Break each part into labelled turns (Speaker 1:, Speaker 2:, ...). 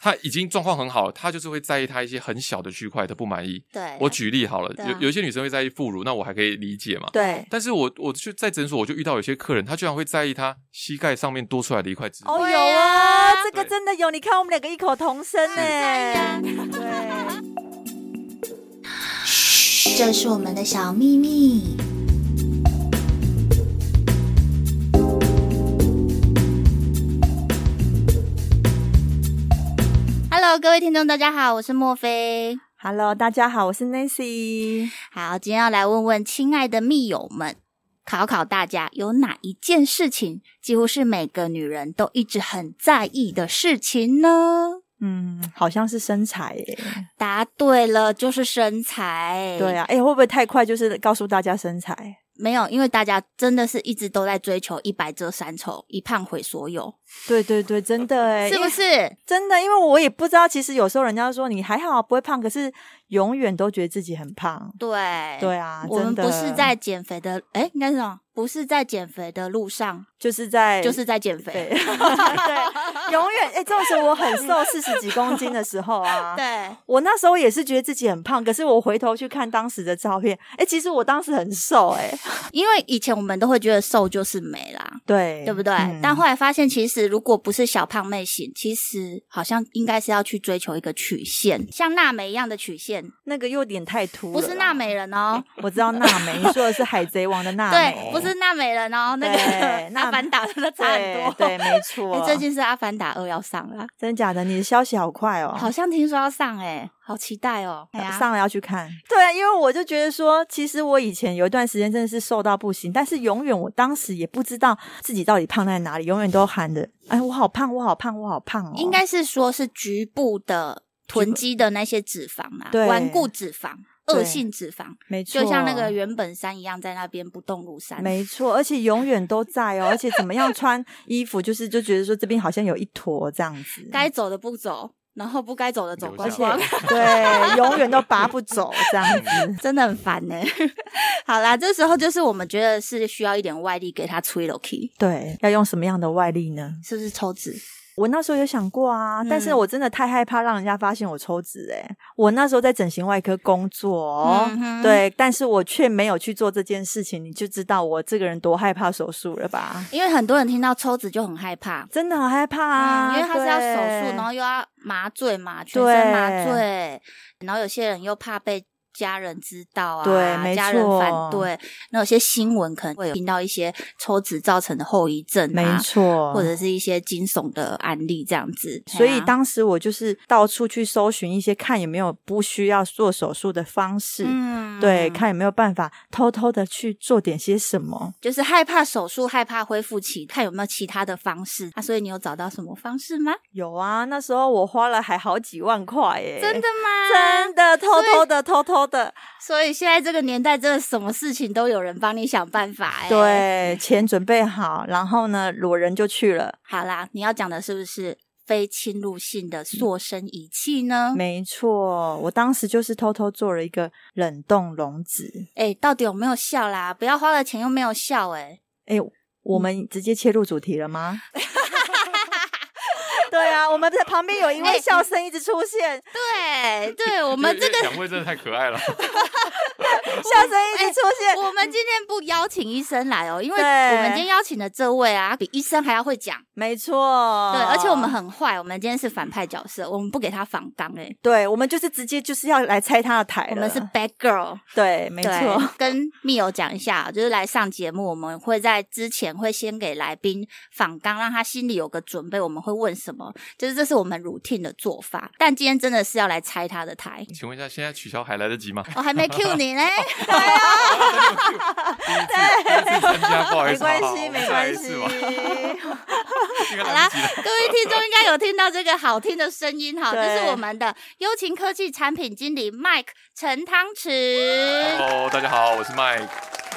Speaker 1: 他已经状况很好了，他就是会在意他一些很小的区块的不满意。
Speaker 2: 对
Speaker 1: 我举例好了，
Speaker 2: 对啊
Speaker 1: 有有一些女生会在意副乳，那我还可以理解嘛。
Speaker 3: 对，
Speaker 1: 但是我我去在诊所，我就遇到有些客人，他居然会在意他膝盖上面多出来的一块脂肪。
Speaker 3: 哦
Speaker 2: 对
Speaker 3: 有啊
Speaker 2: 啊，
Speaker 3: 这个真的有，你看我们两个异口同声呢。对，
Speaker 2: 这是我们的小秘密。Hello，各位听众，大家好，我是莫菲。
Speaker 3: Hello，大家好，我是 Nancy。
Speaker 2: 好，今天要来问问亲爱的密友们，考考大家，有哪一件事情几乎是每个女人都一直很在意的事情呢？
Speaker 3: 嗯，好像是身材耶。
Speaker 2: 答对了，就是身材。
Speaker 3: 对啊，哎、会不会太快？就是告诉大家身材，
Speaker 2: 没有，因为大家真的是一直都在追求一白遮三丑，一胖毁所有，
Speaker 3: 对对对，真的哎，
Speaker 2: 哦是
Speaker 3: 因
Speaker 2: 不
Speaker 3: 为
Speaker 2: 是？
Speaker 3: 真的？因为我也不知道，其实有时候人家说你还好不会胖，可是永远都觉得自己很胖。
Speaker 2: 对，
Speaker 3: 对啊，
Speaker 2: 我们
Speaker 3: 真的
Speaker 2: 不是在减肥的，哎，应该是什么？不是在减肥的路上，
Speaker 3: 就是在
Speaker 2: 就是在减
Speaker 3: 对
Speaker 2: 肥。
Speaker 3: 对，永远哎，纵使我很瘦，四十几公斤的时候啊。
Speaker 2: 对，
Speaker 3: 我那时候也是觉得自己很胖，可是我回头去看当时的照片，哎、其实我当时很瘦、哎，
Speaker 2: 因为以前我们都会觉得瘦就是美啦，
Speaker 3: 对，
Speaker 2: 对不对？
Speaker 3: 嗯
Speaker 2: 但后来发现，其实如果不是小胖妹型，其实好像应该是要去追求一个曲线，像娜美一样的曲线，
Speaker 3: 那个又有点太突了，
Speaker 2: 不是娜，美人哦，
Speaker 3: 我知道娜美，你说的是海贼王的娜
Speaker 2: 对
Speaker 3: 美，，
Speaker 2: 不是娜美人哦，那
Speaker 3: 对
Speaker 2: 个
Speaker 3: 娜
Speaker 2: 阿凡达真的差很
Speaker 3: 对
Speaker 2: 多。
Speaker 3: 对，没
Speaker 2: 哎、
Speaker 3: 错。
Speaker 2: 最近是《阿凡达二》要上了，啊
Speaker 3: 真假的？你的消息好快哦，呃
Speaker 2: 好像听说要上、哎，好期待哦！哎呀，
Speaker 3: 上了要去看。对啊，因为我就觉得说，其实我以前有一段时间真的是瘦到不行，但是永远我当时也不知道自己到底胖在哪里，永远都喊着：“哎，我好胖，我好胖，我好胖哦。”
Speaker 2: 应该是说是局部的囤积的那些脂肪啊
Speaker 3: 对，
Speaker 2: 顽固脂肪、
Speaker 3: 对
Speaker 2: 恶性脂肪，
Speaker 3: 没错，
Speaker 2: 就像那个原本山一样，在那边不动如山。
Speaker 3: 没错，而且永远都在哦，而且怎么样穿衣服，就是就觉得说这边好像有一坨这样子，
Speaker 2: 该走的不走，然后不该走的走光
Speaker 1: 留下
Speaker 2: 光，
Speaker 3: 对，永远都拔不走这样子。
Speaker 2: 真的很烦呢、 好啦，这时候就是我们觉得是需要一点外力给他吹了 key，
Speaker 3: 对，要用什么样的外力呢？
Speaker 2: 是不是抽脂？
Speaker 3: 我那时候有想过啊，但是
Speaker 2: 嗯
Speaker 3: 我真的太害怕让人家发现我抽脂哎、我那时候在整形外科工作、哦
Speaker 2: 嗯哼
Speaker 3: 对，但是我却没有去做这件事情，你就知道我这个人多害怕手术了吧？
Speaker 2: 因为很多人听到抽脂就很害怕，
Speaker 3: 真的很害怕啊，
Speaker 2: 嗯，因为他是要手术，
Speaker 3: 对
Speaker 2: 然后又要麻醉嘛，全身麻醉，然后有些人又怕被家人知道啊，
Speaker 3: 对没
Speaker 2: 家人
Speaker 3: 错
Speaker 2: 反对，那有些新闻可能会有听到一些抽脂造成的后遗症
Speaker 3: 没
Speaker 2: 啊，
Speaker 3: 错，
Speaker 2: 或者是一些惊悚的案例这样子，
Speaker 3: 所
Speaker 2: 嘿
Speaker 3: 以
Speaker 2: 啊
Speaker 3: 当时我就是到处去搜寻一些看有没有不需要做手术的方式，
Speaker 2: 嗯
Speaker 3: 对，看有没有办法偷偷的去做点些什么。
Speaker 2: 就是害怕手术，害怕恢复期，看有没有其他的方式啊。所以你有找到什么方式吗？
Speaker 3: 有啊，那时候我花了还好几万块欸耶、
Speaker 2: 真的吗？
Speaker 3: 真的偷偷的偷偷的，
Speaker 2: 所以现在这个年代，真的什么事情都有人帮你想办法、欸。。
Speaker 3: 对，钱准备好，然后呢，裸人就去了。
Speaker 2: 好啦，你要讲的是不是非侵入性的塑身仪器呢？
Speaker 3: 没错，我当时就是偷偷做了一个冷冻溶脂。
Speaker 2: 哎、到底有没有效啦？不要花了钱又没有效、欸，
Speaker 3: 哎，我们直接切入主题了 吗？对啊，我们在旁边有一位
Speaker 2: 哎
Speaker 3: 笑声一直出 现，
Speaker 2: 哎，对对，我
Speaker 1: 我
Speaker 2: 们这个。
Speaker 1: 两位真的太可爱了，
Speaker 3: 笑声一直出现。
Speaker 2: 哎我们今天不邀请医生来哦，因为
Speaker 3: 对
Speaker 2: 我们今天邀请的这位啊，比医生还要会讲。
Speaker 3: 没错，
Speaker 2: 对，而且我们很坏，我们今天是反派角色，我们不给他反纲哎、
Speaker 3: 对，我们就是直接就是要来拆他的台了。
Speaker 2: 我们是 bad girl。
Speaker 3: 对，没
Speaker 2: 对
Speaker 3: 错，
Speaker 2: 跟密友讲一下，就是来上节目，我们会在之前会先给来宾访纲，让他心里有个准备，我们会问什么，就是这是我们 routine 的做法。但今天真的是要来拆他的台，
Speaker 1: 请问一下，现在取消还来得及吗？
Speaker 2: 我、还没 cue 你呢，
Speaker 1: 第一次第一次去参加，不好意
Speaker 3: 没
Speaker 1: 思，好
Speaker 3: 关
Speaker 1: 好
Speaker 3: 系，
Speaker 1: 我们
Speaker 3: 没
Speaker 1: 再来
Speaker 3: 关
Speaker 1: 一
Speaker 3: 系
Speaker 1: 次。吧应该
Speaker 2: 好
Speaker 1: 来
Speaker 2: 啦，
Speaker 1: 不及了
Speaker 2: 各位听众应该有听到这个好听的声音哈，
Speaker 3: 对
Speaker 2: 这是我们的优勤科技产品经理 Mike 陈汤匙，
Speaker 1: Hello，大家哦好，我是 Mike。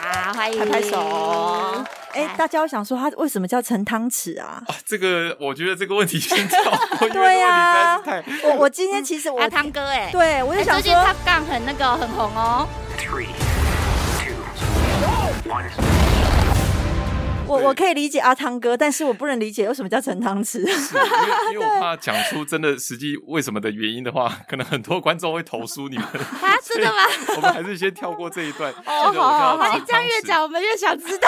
Speaker 2: 好，欢迎
Speaker 3: 拍拍手。哎、
Speaker 2: 来
Speaker 3: 大家有想说他为什么叫陈汤匙啊？
Speaker 1: 啊这个我觉得这个问题先跳过， 因为这个问
Speaker 3: 对
Speaker 1: 题
Speaker 3: 呀
Speaker 1: 实在是太……
Speaker 3: 我我今天其实我、
Speaker 2: 啊，汤哥哎、
Speaker 3: 对我就
Speaker 2: 哎
Speaker 3: 想
Speaker 2: 最
Speaker 3: 说
Speaker 2: 近，他杠很那个很红 哦，
Speaker 3: 我我可以理解阿汤哥，但是我不能理解为什么叫陈汤 匙。
Speaker 1: 是因为因为我怕讲出真的实际为什么的原因的话，可能很多观众会投诉你们，
Speaker 2: 啊，真的吗？
Speaker 1: 我们还是先跳过这一段。
Speaker 3: 哦
Speaker 1: 记得我叫
Speaker 3: 好好
Speaker 2: 那
Speaker 3: 好
Speaker 2: 你这样越
Speaker 1: 汤匙
Speaker 2: 讲，我们越想知道。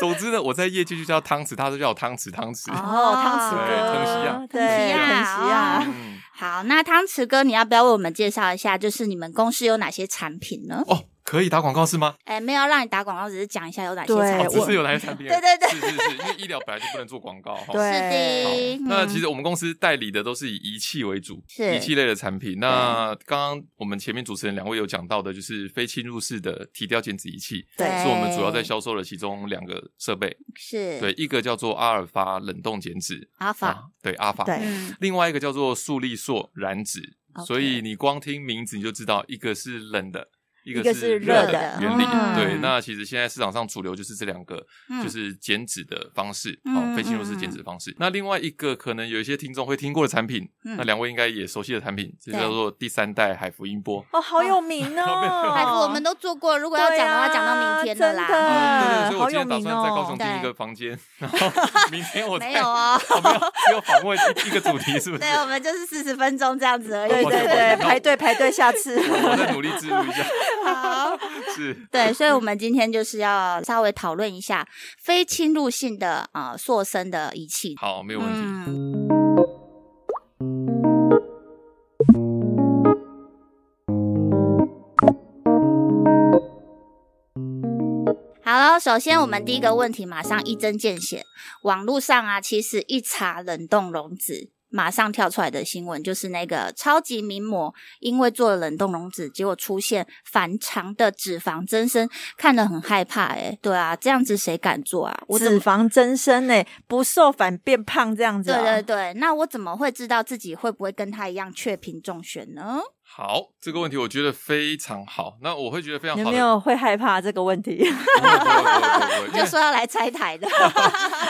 Speaker 1: 总之呢，我在业界就叫汤匙，他都叫我汤匙汤
Speaker 2: 啊
Speaker 1: 匙。
Speaker 3: 哦，汤匙
Speaker 1: 对藤西亚
Speaker 3: 哥， 对，
Speaker 2: 藤西亚
Speaker 3: 啊藤西亚
Speaker 2: 哦
Speaker 1: 嗯。
Speaker 2: 好，那汤匙哥，你要不要为我们介绍一下，就是你们公司有哪些产品呢？
Speaker 1: 哦，可以打广告是吗？
Speaker 2: 哎，没有让你打广告，只是讲一下有哪些
Speaker 3: 对
Speaker 2: 产
Speaker 1: 哦，
Speaker 2: 品
Speaker 1: 只。是有哪些产品而已？
Speaker 2: 哎 对对对
Speaker 1: 是是是，因为医疗本来就不能做广告哈。
Speaker 3: 对
Speaker 2: 是的，嗯
Speaker 1: 那其实我们公司代理的都是以仪器为主，
Speaker 2: 是
Speaker 1: 仪器类的产品。那刚刚我们前面主持人两位有讲到的，就是非侵入式的体调减脂仪器，
Speaker 2: 对
Speaker 1: 是我们主要在销售的其中两个设备。
Speaker 2: 嗯是
Speaker 1: 对，一个叫做阿尔法冷冻减脂，
Speaker 2: 阿法，
Speaker 1: 啊，对阿尔法，
Speaker 3: 对
Speaker 2: 嗯，
Speaker 1: 另外一个叫做速力硕燃脂。
Speaker 2: OK
Speaker 1: 所以你光听名字你就知道，一个是冷的，一
Speaker 3: 一个
Speaker 1: 个
Speaker 3: 是
Speaker 1: 是
Speaker 3: 热
Speaker 1: 热
Speaker 3: 的
Speaker 1: 的原理。
Speaker 2: 嗯
Speaker 1: 对，那其实现在市场上主流就是这两个，
Speaker 2: 嗯
Speaker 1: 就是减脂的方式，
Speaker 2: 嗯
Speaker 1: 哦，非侵入式减脂方式。那另外一个可能有一些听众会听过的产品，
Speaker 2: 嗯
Speaker 1: 那两位应该也熟悉的产品，这
Speaker 2: 对
Speaker 1: 叫做第三代海福音波。
Speaker 3: 哦，好有名哦！
Speaker 2: 海福我们都做过，如
Speaker 3: 如
Speaker 2: 果要讲的
Speaker 3: 啊
Speaker 2: 话，讲到明天
Speaker 3: 的
Speaker 2: 的啦。
Speaker 1: 对啊对对，所以我
Speaker 3: 好
Speaker 1: 今
Speaker 3: 有
Speaker 1: 天打
Speaker 3: 名
Speaker 1: 算在高雄
Speaker 3: 哦！
Speaker 1: 订一
Speaker 2: 对
Speaker 1: 个房间，然后明天我再，
Speaker 2: 哦 没有哦
Speaker 1: 哦没有只有访问一一个主题， 是不是
Speaker 2: 对，？我们就是四十分钟这样子而已。
Speaker 3: 对对对，
Speaker 1: 我
Speaker 3: 排队排队，下次
Speaker 1: 我再努力记录一下，
Speaker 2: 好，
Speaker 1: 是。
Speaker 2: 对，所以，我们今天就是要稍微讨论一下非侵入性的呃塑身的仪器。
Speaker 1: 好，没有问题。
Speaker 2: 嗯好了，首先我们第一个问题马上一针见血。网络上啊，其实一查冷冻溶脂，马上跳出来的新闻就是那个超级名模，因为做了冷冻溶脂，结果出现反常的脂肪增生，看得很害怕、欸。对啊，这样子谁敢做啊？我怎么
Speaker 3: 脂肪增生呢，不瘦反变胖这样子啊。
Speaker 2: 对对对，那我怎么会知道自己会不会跟他一样确评中选 呢？
Speaker 1: 好，这个问题我觉得非常好。那我会觉得非常
Speaker 3: 你
Speaker 1: 好
Speaker 3: 有
Speaker 1: 的。
Speaker 3: 没有会害怕这个问题？
Speaker 1: 不会？不会 不会不会不会
Speaker 2: 就说要来拆台的。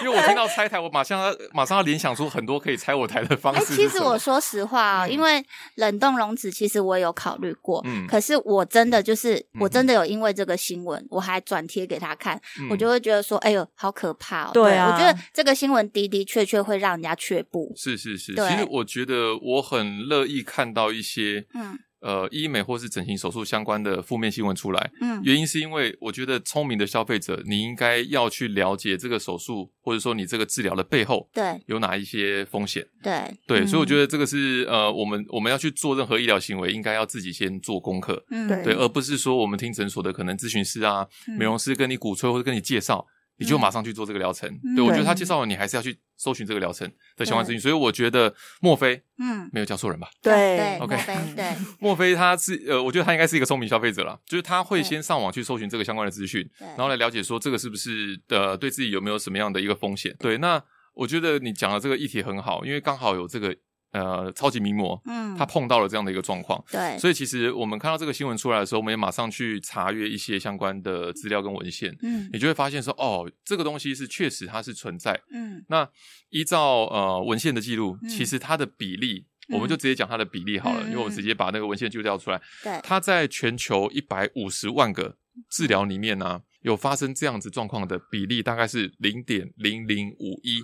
Speaker 1: 因为因为我听到拆台，我马上要马上要联想出很多可以拆我台的 方
Speaker 2: 哎、
Speaker 1: 式是什么。
Speaker 2: 其实我说实话哦，因为冷冻溶脂，其实我有考虑过，
Speaker 1: 嗯
Speaker 2: 可是我真的就是
Speaker 1: 嗯
Speaker 2: 我真的有因为这个新闻，我还转贴给他看，
Speaker 1: 嗯
Speaker 2: 我就会觉得说，哎呦，好可怕哦！
Speaker 3: 对啊
Speaker 2: 我觉得这个新闻的的确确会让人家却步。
Speaker 1: 是是是，
Speaker 2: 对
Speaker 1: 其实我觉得我很乐意看到一些
Speaker 2: 嗯
Speaker 1: 呃医美或是整形手术相关的负面新闻出来。
Speaker 2: 嗯，
Speaker 1: 原因是因为我觉得聪明的消费者，你应该要去了解这个手术或者说你这个治疗的背后
Speaker 2: 对
Speaker 1: 有哪一些风险。
Speaker 2: 对
Speaker 1: 对，所以我觉
Speaker 2: 得，
Speaker 1: 得这个是呃，我们我们要去做任何医疗行为，应该要自己先做功课，
Speaker 2: 嗯
Speaker 3: 对
Speaker 1: 对，而不是说我们听诊所的可能咨询师啊、美容师跟你鼓吹或者跟你介绍，你就马上去做这个疗程。
Speaker 2: 嗯
Speaker 1: 对我觉
Speaker 3: 对
Speaker 1: 得他介绍完，你还是要去搜寻这个疗程的相关资讯。所以我觉得莫非
Speaker 2: 嗯，
Speaker 1: 没有教错人吧？
Speaker 2: 对
Speaker 3: 对
Speaker 2: 莫
Speaker 1: OK
Speaker 2: 非对，
Speaker 1: 莫非他是呃，我觉得他应该是一个聪明消费者啦，就是他会
Speaker 2: 对
Speaker 1: 先上网去搜寻这个相关的资讯，
Speaker 2: 对
Speaker 1: 然后来了解说这个是不是呃对自己有没有什么样的一个风险。对，那我觉得你讲的这个议题很好，因为刚好有这个呃超级名模，
Speaker 2: 嗯，
Speaker 1: 他碰到了这样的一个状况。
Speaker 2: 对，
Speaker 1: 所以其实我们看到这个新闻出来的时候，我们也马上去查阅一些相关的资料跟文献，
Speaker 2: 嗯
Speaker 1: 你就会发现说，哦，这个东西是确实它是存在。
Speaker 2: 嗯
Speaker 1: 那依照呃文献的记录
Speaker 2: 嗯，
Speaker 1: 其实它的比例，
Speaker 2: 嗯
Speaker 1: 我们就直接讲它的比例好了，
Speaker 2: 嗯嗯
Speaker 1: 因为我直接把那个文献记录调出来，
Speaker 2: 对，
Speaker 1: 它在全球一百五十万个治疗里面呢、啊有发生这样子状况的比例大概是零点零零五一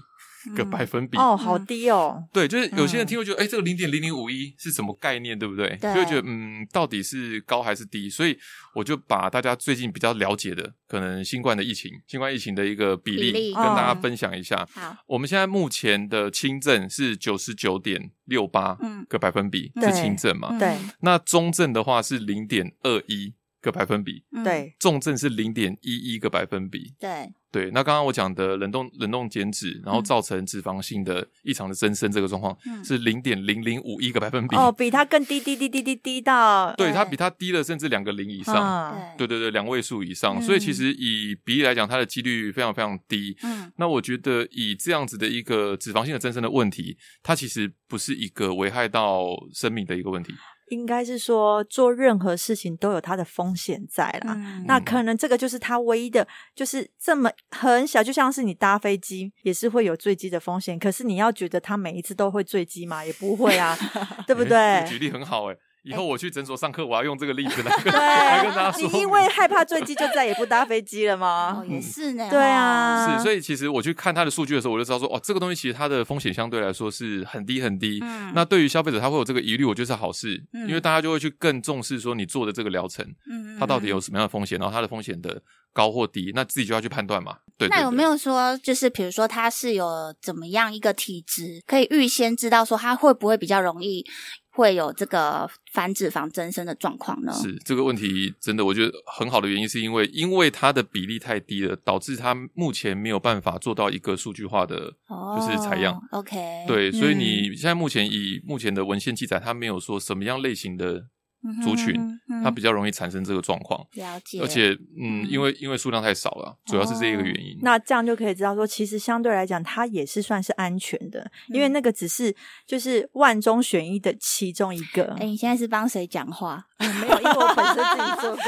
Speaker 1: 个
Speaker 2: 嗯
Speaker 1: 百分比
Speaker 3: 哦，好低哦，
Speaker 1: 对，就是有些人听会觉得，哎、这个零点零零五一是什么概念，对不对？
Speaker 2: 对
Speaker 1: 就会觉得，嗯，到底是高还是低？所以我就把大家最近比较了解的，可能新冠的疫情、新冠疫情的一个比例
Speaker 2: 比例
Speaker 1: 跟大家
Speaker 2: 嗯
Speaker 1: 分享一下。
Speaker 2: 好，
Speaker 1: 我们现在目前的轻症是九十九点六八
Speaker 2: 嗯
Speaker 1: 个百分比
Speaker 3: 对
Speaker 1: 是轻症嘛？
Speaker 2: 嗯
Speaker 3: 对
Speaker 1: 那中症的话是零点二一。个百分比，
Speaker 2: 嗯
Speaker 3: 对，
Speaker 1: 重症是零点一一个百分比。
Speaker 2: 对，
Speaker 1: 对，那刚刚我讲的冷冻冷冻减脂，
Speaker 3: 嗯
Speaker 1: 然后造成脂肪性的异常的增生这个状况、
Speaker 2: 嗯
Speaker 1: 是零点零零五一个百分比，
Speaker 3: 哦，比它更低低低低低低到嗯
Speaker 1: 对，它
Speaker 2: 对
Speaker 1: 比它低了甚至两个零以上。
Speaker 3: 啊，
Speaker 2: 对，
Speaker 1: 对对对，两位数以上，所以其
Speaker 2: 嗯
Speaker 1: 实以比例来讲，它的几率非常非常低。
Speaker 2: 嗯
Speaker 1: 那我觉得以这样子的一个脂肪性的增生的问题，它其实不是一个危害到生命的一个问题。
Speaker 3: 应该是说做任何事情都有它的风险在
Speaker 1: 啊
Speaker 3: 啦。
Speaker 2: 嗯，
Speaker 3: 那可能这个就是它唯一的，就是这么很小，就像是你搭飞机也是会有坠机的风险。可是你要觉得它每一次都会坠机嘛，也不会 啊，对不
Speaker 1: 诶
Speaker 3: 对
Speaker 1: 这个？举例很好哎、以后我去诊所上课，我要用这个例子来跟来跟大家
Speaker 3: 对，
Speaker 1: 说
Speaker 3: 你
Speaker 1: 明。
Speaker 3: 因为害怕坠机，就再也不搭飞机了
Speaker 2: 哦
Speaker 3: 吗？
Speaker 2: 也是呢，
Speaker 3: 对
Speaker 2: 哦，
Speaker 3: 啊，
Speaker 1: 是，所以其实我去看它的数据的时候，我就知道说，哦，这个东西其实它的风险相对来说是很低很低。
Speaker 2: 嗯
Speaker 1: 那对于消费者，他会有这个疑虑，我觉得是好事，
Speaker 2: 嗯
Speaker 1: 因为大家就会去更重视说你做的这个疗程，
Speaker 2: 嗯，嗯
Speaker 1: 它到底有什么样的风险，然后它的风险的高或低，那自己就要去判断嘛。对
Speaker 2: 那有没
Speaker 1: 有？
Speaker 2: 有说，就是比如说他是有怎么样一个体质，可以预先知道说他会不会比较容易会有这个反脂肪增生的状况呢？
Speaker 1: 是这个问题真的，我觉得很好的原因是因为，因为它的比例太低了，导致它目前没有办法做到一个数据化的
Speaker 2: 哦，哎
Speaker 1: 就是采样。
Speaker 2: OK，
Speaker 1: 对，所以
Speaker 3: 嗯
Speaker 1: 你现在目前以目前的文献记载，它没有说什么样类型的
Speaker 2: 嗯哼
Speaker 1: 族群，
Speaker 2: 嗯哼
Speaker 1: 它比较容易产生这个状况。
Speaker 2: 了解，
Speaker 1: 而且，嗯，
Speaker 2: 嗯
Speaker 1: 因为因为数量太少了，主要是这一个原因。
Speaker 3: 哦那这样就可以知道说，其实相对来讲，它也是算是安全的，因为那个只是就是万中选一的其中一个。
Speaker 2: 哎，你现在是帮谁讲话？
Speaker 3: 没 有，因为我本身自己做 过，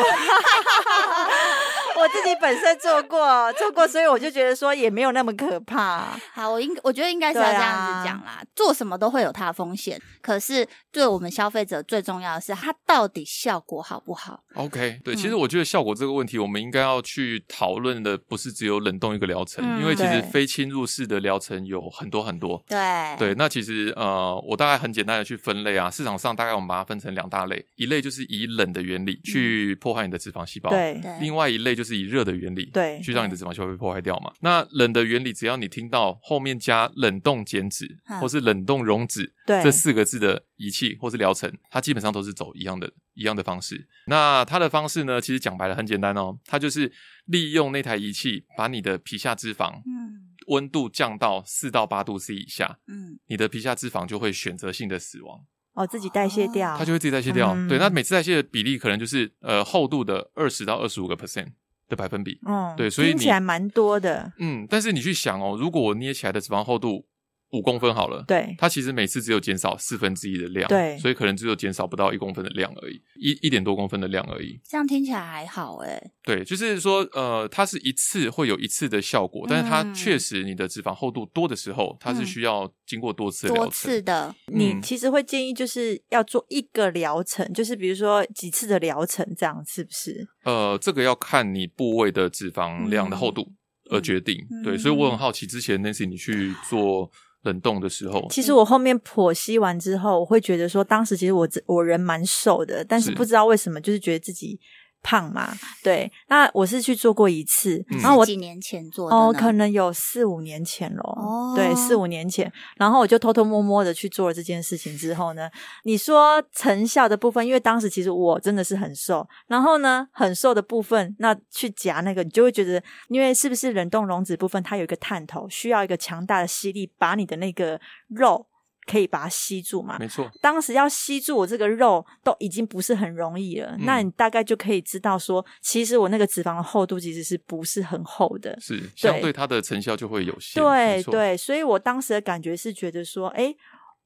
Speaker 3: 我自己本身做过，做过，所以我就觉得说也没有那么可怕。
Speaker 2: 好，我应我觉得应该是要
Speaker 3: 对
Speaker 2: 这
Speaker 3: 啊
Speaker 2: 样子讲啦，做什么都会有它的风险，可是对我们消费者最重要的是它到底效果好不好？
Speaker 1: OK，对，
Speaker 2: 嗯
Speaker 1: 其实我觉得效果这个问题，我们应该要去讨论的，不是只有冷冻一个疗程，
Speaker 2: 嗯
Speaker 1: 因为其实
Speaker 3: 对
Speaker 1: 非侵入式的疗程有很多很多。
Speaker 2: 对
Speaker 1: 对，那其实呃，我大概很简单的去分类啊，市场上大概我们把它分成两大类，一类就是以冷的原理去破坏你的脂肪细
Speaker 3: 嗯
Speaker 1: 胞，
Speaker 3: 对
Speaker 2: 对
Speaker 1: 另外一类就是以热的原理，
Speaker 3: 对
Speaker 1: 去让你的脂肪细胞被破坏掉嘛。那冷的原理，只要你听到后面加冷冻减脂
Speaker 2: 嗯
Speaker 1: 或是冷冻溶脂
Speaker 3: 对
Speaker 1: 这四个字的仪器或是疗程，它基本上都是走一样的一样的方式。那它的方式呢，其实讲白了很简单哦，它就是利用那台仪器把你的皮下脂肪
Speaker 2: 嗯
Speaker 1: 温度降到四到八度 C 以下，
Speaker 2: 嗯
Speaker 1: 你的皮下脂肪就会选择性的死亡。
Speaker 3: 哦，自己代谢掉，
Speaker 1: 它就会自己代谢掉。
Speaker 3: 嗯
Speaker 1: 对，那每次代谢的比例可能就是呃厚度的二十到二十五个 percent 的百分比。
Speaker 3: 嗯
Speaker 1: 对所以
Speaker 3: 听
Speaker 1: 你
Speaker 3: 起来蛮多的，
Speaker 1: 嗯，但是你去想哦，如果我捏起来的脂肪厚度五公分好了。
Speaker 3: 对
Speaker 1: 它其实每次只有减少四分之一的量，
Speaker 3: 对
Speaker 1: 所以可能只有减少不到一公分的量而已，一一点多公分的量而已。
Speaker 2: 这样听起来还好哎、
Speaker 1: 对，就是说，呃，它是一次会有一次的效果，但是它
Speaker 2: 嗯
Speaker 1: 确实你的脂肪厚度多的时候，它是
Speaker 2: 嗯
Speaker 1: 需要经过多次的疗
Speaker 2: 多
Speaker 1: 程。
Speaker 2: 次的，
Speaker 3: 你
Speaker 1: 嗯
Speaker 3: 其实会建议就是要做一个疗程，就是比如说几次的疗程，这样是不是？
Speaker 1: 呃，这个要看你部位的脂肪量
Speaker 3: 嗯
Speaker 1: 的厚度而决定。对，所以我很好奇，之前 Nancy 你去做冷冻的时候，
Speaker 3: 其实我后面剖析完之后，我会觉得说，当时其实我自我人蛮瘦的，但是
Speaker 1: 是
Speaker 3: 不知道为什么，就是觉得自己胖嘛。对，那我是去做过一次，
Speaker 1: 嗯
Speaker 3: 然后我
Speaker 2: 几年前做的
Speaker 3: 哦，
Speaker 2: 呢
Speaker 3: 可能有四五年前咯。
Speaker 2: 哦
Speaker 3: 对，四五年前，然后我就偷偷摸摸的去做了这件事情之后呢，你说成效的部分，因为当时其实我真的是很瘦，然后呢，很瘦的部分，那去夹那个，你就会觉得，因为是不是冷冻溶脂部分，它有一个探头，需要一个强大的吸力，把你的那个肉可以把它吸住嘛。
Speaker 1: 没错，
Speaker 3: 当时要吸住我这个肉都已经不是很容易了，
Speaker 1: 嗯
Speaker 3: 那你大概就可以知道说，其实我那个脂肪的厚度其实是不是很厚的，
Speaker 1: 是相对它的成效就会有限。
Speaker 3: 对
Speaker 1: 没错，
Speaker 3: 对，所以我当时的感觉是觉得说，哎，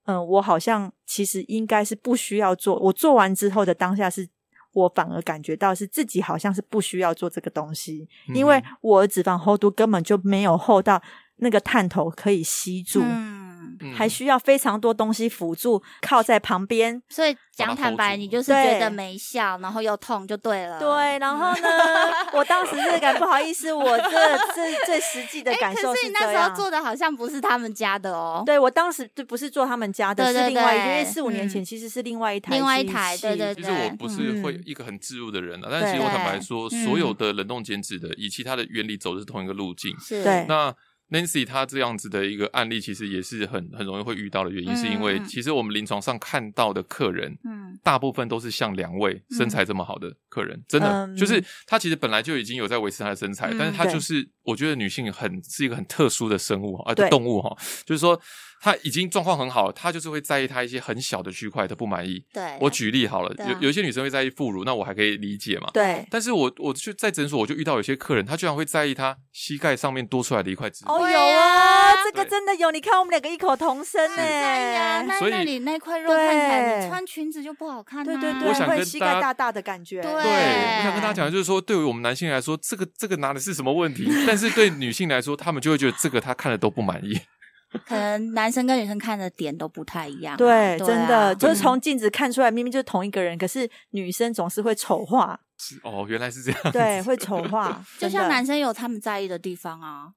Speaker 3: 嗯、我好像其实应该是不需要做。我做完之后的当下是。我反而感觉到是自己好像是不需要做这个东西，因为
Speaker 1: 嗯
Speaker 3: 我的脂肪厚度根本就没有厚到那个探头可以吸住，
Speaker 2: 嗯，
Speaker 1: 嗯
Speaker 3: 还需要非常多东西辅助，靠在旁边
Speaker 2: 所以讲坦白，
Speaker 1: 把它 hold 住
Speaker 2: 你就是觉得
Speaker 3: 对
Speaker 2: 没效，然后又痛就对了。
Speaker 3: 对，然后呢，嗯 我当时是感不好意思，我这最最实际的
Speaker 2: 哎，
Speaker 3: 感受
Speaker 2: 可是你
Speaker 3: 这
Speaker 2: 那时
Speaker 3: 样
Speaker 2: 候。做的好像不是他们家的哦，
Speaker 3: 对我当时就不是做他们家的，
Speaker 2: 对对
Speaker 3: 是另外一个，因
Speaker 2: 对
Speaker 3: 为四五年
Speaker 2: 嗯
Speaker 3: 前其实是另外一台机器，
Speaker 2: 另外一台对对
Speaker 1: 其实我不是
Speaker 3: 嗯
Speaker 1: 会一个很置入的人啊，但是其实我坦白说，
Speaker 2: 对嗯
Speaker 1: 所有的冷冻减脂的以其他的原理走的是同一个路径。
Speaker 2: 是，
Speaker 3: 对
Speaker 1: 那 Nancy 她这样子的一个案例，其实也是很很容易会遇到的原因，
Speaker 2: 嗯
Speaker 1: 是因
Speaker 2: 嗯
Speaker 1: 为
Speaker 2: 嗯
Speaker 1: 其实我们临床上看到的客人，
Speaker 2: 嗯
Speaker 1: 大部分都是像两位身材这么好的客人，真的、
Speaker 3: 嗯
Speaker 1: 就是他其实本来就已经有在维持他的身材，
Speaker 2: 嗯
Speaker 1: 但是他
Speaker 3: 对
Speaker 1: 就是我觉得女性很是一个很特殊的生物啊、
Speaker 3: 对
Speaker 1: 呃，动物哈，就是说她已经状况很好，她就是会在意她一些很小的区块的不满意。
Speaker 2: 对，
Speaker 1: 我举例好了，
Speaker 2: 对啊
Speaker 1: 有有一些女生会在意副乳，那我还可以理解嘛。
Speaker 3: 对，
Speaker 1: 但是我我去在诊所，我就遇到有些客人，他居然会在意他膝盖上面多出来的一块脂肪。
Speaker 3: 哦，
Speaker 2: 对
Speaker 3: 有
Speaker 2: 啊
Speaker 3: 啊，这个
Speaker 1: 对
Speaker 3: 真的有，你看我们两个异口同声呢、
Speaker 2: 对呀，那
Speaker 1: 所以
Speaker 2: 那里那块肉看起来，
Speaker 3: 哎对
Speaker 2: 你穿裙子就不好看啊。
Speaker 3: 对对
Speaker 1: 我
Speaker 3: 对，
Speaker 1: 想
Speaker 3: 会
Speaker 1: 跟
Speaker 3: 膝
Speaker 1: 大
Speaker 3: 盖
Speaker 1: 家
Speaker 3: 大大的感觉，
Speaker 2: 对
Speaker 1: 对，我想跟大家讲，就是说，对于我们男性来说，这个这个拿的是什么问题？但是对女性来说，她们就会觉得这个她看了都不满意。
Speaker 2: 可能男生跟女生看的点都不太一样啊。
Speaker 3: 对，
Speaker 2: 啊
Speaker 3: 真的就是
Speaker 2: 嗯
Speaker 3: 从镜子看出来，明明就是同一个人，可是女生总是会丑化，
Speaker 1: 是哦，原来是这样。
Speaker 3: 对，会丑化，
Speaker 2: 就
Speaker 3: 真的
Speaker 2: 像男生有他们在意的地方啊，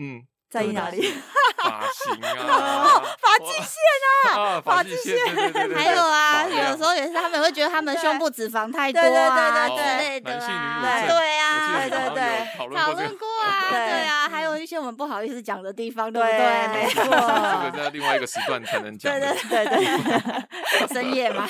Speaker 1: 嗯，
Speaker 3: 在意哪里？
Speaker 1: 发型啊，发际线 啊，啊发际线，对对对对
Speaker 2: 还有啊，
Speaker 1: 保养
Speaker 2: 有时候也是他们会觉得他们
Speaker 3: 对
Speaker 2: 胸部脂肪太多
Speaker 3: 对对
Speaker 2: 啊
Speaker 3: 对
Speaker 2: 之
Speaker 3: 对对
Speaker 2: 类的啊，
Speaker 1: 男性女乳
Speaker 3: 症
Speaker 2: 对啊，
Speaker 1: 我记得
Speaker 3: 对对对
Speaker 1: 好像有讨论
Speaker 2: 讨
Speaker 1: 过这
Speaker 2: 论
Speaker 1: 个。
Speaker 2: 过啊，
Speaker 3: 对
Speaker 2: 对啊，还有一些我们不好意思讲的地方，对不
Speaker 3: 对
Speaker 2: 对？
Speaker 3: 没
Speaker 1: 这个在另外一个时段才能讲
Speaker 3: 对
Speaker 1: 的。
Speaker 3: 对对 对，
Speaker 2: 深夜 嘛，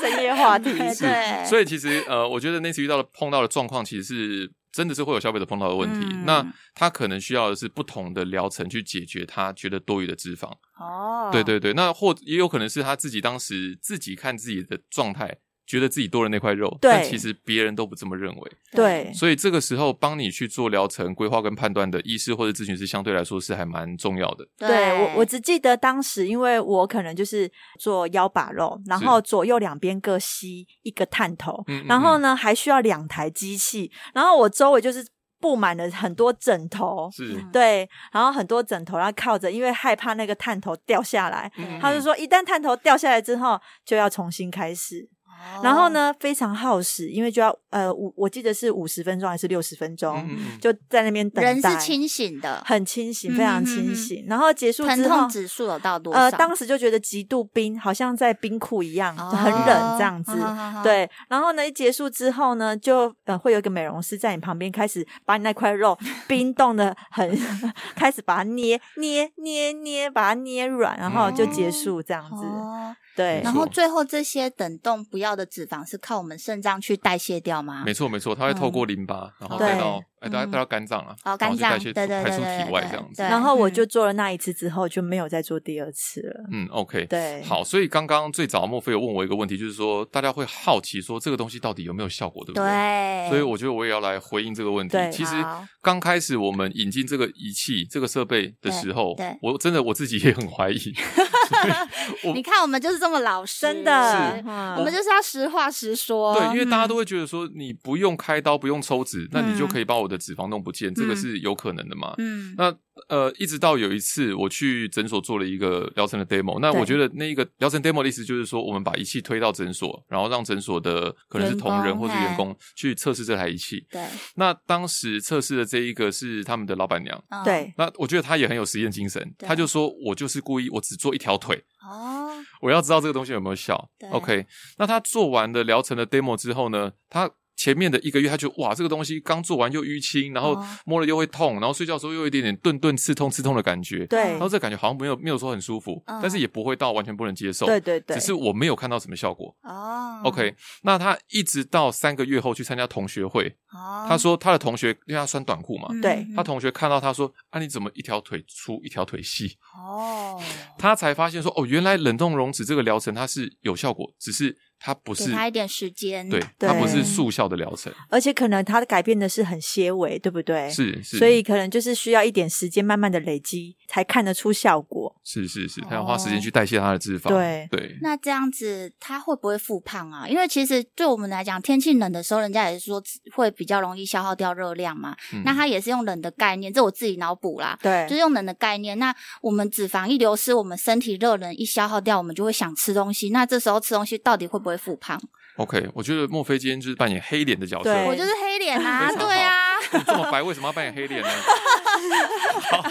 Speaker 3: 深夜话题，
Speaker 2: 对对，
Speaker 1: 所以其实呃，我觉得那次遇到的碰到的状况，其实是真的是会有消费者碰到的问题。
Speaker 2: 嗯
Speaker 1: 那他可能需要的是不同的疗程去解决他觉得多余的脂肪。
Speaker 2: 哦，
Speaker 1: 对对对，那或也有可能是他自己当时自己看自己的状态，觉得自己多了那块肉，
Speaker 3: 对
Speaker 1: 但其实别人都不这么认为。
Speaker 3: 对
Speaker 1: 所以这个时候帮你去做疗程规划跟判断的医师或者咨询师，相对来说是还蛮重要的。
Speaker 3: 对我，我只记得当时，因为我可能就是做腰把肉，然后左右两边各吸一个探头，
Speaker 1: 嗯嗯
Speaker 3: 然后呢还需要两台机器，然后我周围就是布满了很多枕头，
Speaker 1: 是，
Speaker 2: 嗯
Speaker 3: 对，然后很多枕头，然后靠着，因为害怕那个探头掉下来，
Speaker 2: 嗯
Speaker 3: 他就说一旦探头掉下来之后就要重新开始，
Speaker 2: 哦
Speaker 3: 然后，呢非常耗时，因为就要呃五，我记得是五十分钟还是六十分钟，
Speaker 1: 嗯，嗯嗯嗯
Speaker 3: 就在那边等待，
Speaker 2: 人是清醒的，
Speaker 3: 很清醒，非常
Speaker 2: 嗯哼
Speaker 3: 清
Speaker 2: 哼
Speaker 3: 醒，然后结束
Speaker 2: 疼
Speaker 3: 之后
Speaker 2: 痛。指数有到多少？
Speaker 3: 呃，当时就觉得极度冰，好像在冰库一样，
Speaker 2: 哦
Speaker 3: 很冷这样子。
Speaker 2: 好好好
Speaker 3: 对，然后呢，一结束之后呢，就呃会有一个美容师在你旁边开始把你那块肉冰冻的很，开始把它捏捏捏捏，把它捏软，然后就结束这样子。
Speaker 2: 哦，
Speaker 3: 对
Speaker 2: 然
Speaker 1: 没，
Speaker 2: 后
Speaker 1: 错
Speaker 2: 最后这些等动不要的脂肪是靠我们肾脏去代谢掉吗？
Speaker 1: 嗯没错没错，他会透过淋巴，然后
Speaker 3: 对
Speaker 1: 带到哎带
Speaker 2: 嗯
Speaker 1: 带到肝脏了，
Speaker 2: 哦
Speaker 1: 然后
Speaker 2: 肝
Speaker 1: 去
Speaker 2: 脏
Speaker 1: 代谢
Speaker 2: 对对
Speaker 1: 排出
Speaker 2: 对对
Speaker 1: 体外
Speaker 2: 对
Speaker 1: 这样子
Speaker 2: 对。
Speaker 3: 然后我
Speaker 2: 嗯
Speaker 3: 就做了那一次之后，就没有再做第二次了。
Speaker 1: 嗯，OK，
Speaker 3: 对，
Speaker 1: 好，所以刚刚最早莫非有问我一个问题，就是说大家会好奇说这个东西到底有没有效果，对不
Speaker 2: 对，
Speaker 1: 所以我觉得我也要来回应这个问题
Speaker 3: 对。
Speaker 1: 其实
Speaker 2: 好
Speaker 1: 刚开始我们引进这个仪器、这个设备的时候
Speaker 2: 对对，
Speaker 1: 我真的我自己也很怀疑。我
Speaker 2: 你看我们就是这么老实，
Speaker 3: 真的，嗯
Speaker 2: 我们就是要实话实说。
Speaker 1: 对，因为大家都会觉得说你不用开刀、不用抽脂，那你就可以把我的脂肪弄不见，这个是有可能的嘛？
Speaker 2: 嗯，
Speaker 1: 那呃，一直到有一次我去诊所做了一个疗程的 demo，那
Speaker 3: 对
Speaker 1: 我觉得那一个疗程 demo 的意思就是说，我们把仪器推到诊所，然后让诊所的可能是同
Speaker 2: 员
Speaker 1: 仁
Speaker 2: 工
Speaker 1: 或是员工去测试这台仪器。
Speaker 2: 对，
Speaker 1: 那当时测试的这一个是他们的老板娘，
Speaker 2: 嗯
Speaker 3: 对，
Speaker 1: 那我觉得她也很有实验精神，
Speaker 2: 对
Speaker 1: 她就说我就是故意我只做一条腿，
Speaker 2: 哦，
Speaker 1: 我要知道这个东西有没有效
Speaker 2: 对。
Speaker 1: OK，那她做完了疗程的 demo 之后呢，她前面的一个月，她觉得哇，这个东西刚做完又淤青，然后
Speaker 2: 哦
Speaker 1: 摸了又会痛，然后睡觉的时候又有一点点顿顿刺痛刺痛的感觉，
Speaker 3: 对
Speaker 2: 嗯
Speaker 1: 然后这感觉好像没有没有说很舒服，
Speaker 2: 嗯
Speaker 1: 但是也不会到完全不能接受，
Speaker 3: 对对对，
Speaker 1: 只是我没有看到什么效果。
Speaker 2: 哦
Speaker 1: OK，那她一直到三个月后去参加同学会，
Speaker 2: 哦，
Speaker 1: 她说她的同学因为她穿短裤嘛，
Speaker 2: 嗯
Speaker 3: 对
Speaker 2: 嗯
Speaker 1: 他同学看到他说：“啊，你怎么一条腿粗一条腿细
Speaker 2: 哦，？”
Speaker 1: 他才发现说：“哦，原来冷冻溶脂这个疗程它是有效果，只是它不
Speaker 2: 给
Speaker 1: 是
Speaker 2: 他一点时间，
Speaker 1: 对，
Speaker 3: 对
Speaker 1: 它不是速效的疗程，
Speaker 3: 而且可能它改变的是很些微，对不对？
Speaker 1: 是是，
Speaker 3: 所以可能就是需要一点时间，慢慢的累积，才看得出效果。
Speaker 1: 是是是，
Speaker 2: 哦
Speaker 1: 他要花时间去代谢他的脂肪，
Speaker 3: 对
Speaker 1: 对，
Speaker 2: 那这样子，他会不会复胖啊？因为其实对我们来讲，天气冷的时候，人家也是说会比较容易消耗掉热量嘛。
Speaker 1: 嗯
Speaker 2: 那他也是用冷的概念，这我自己脑补啦，
Speaker 3: 对
Speaker 2: 就是用冷的概念。那我们脂肪一流失，我们身体热能一消耗掉，我们就会想吃东西。那这时候吃东西到底会不会复胖？
Speaker 1: OK，我觉得莫非今天就是扮演黑脸的角色，
Speaker 3: 对
Speaker 2: 我就是黑脸啊，
Speaker 1: 非常 好
Speaker 2: 对 啊，
Speaker 1: 你这么白为什么要扮演黑脸呢？ 好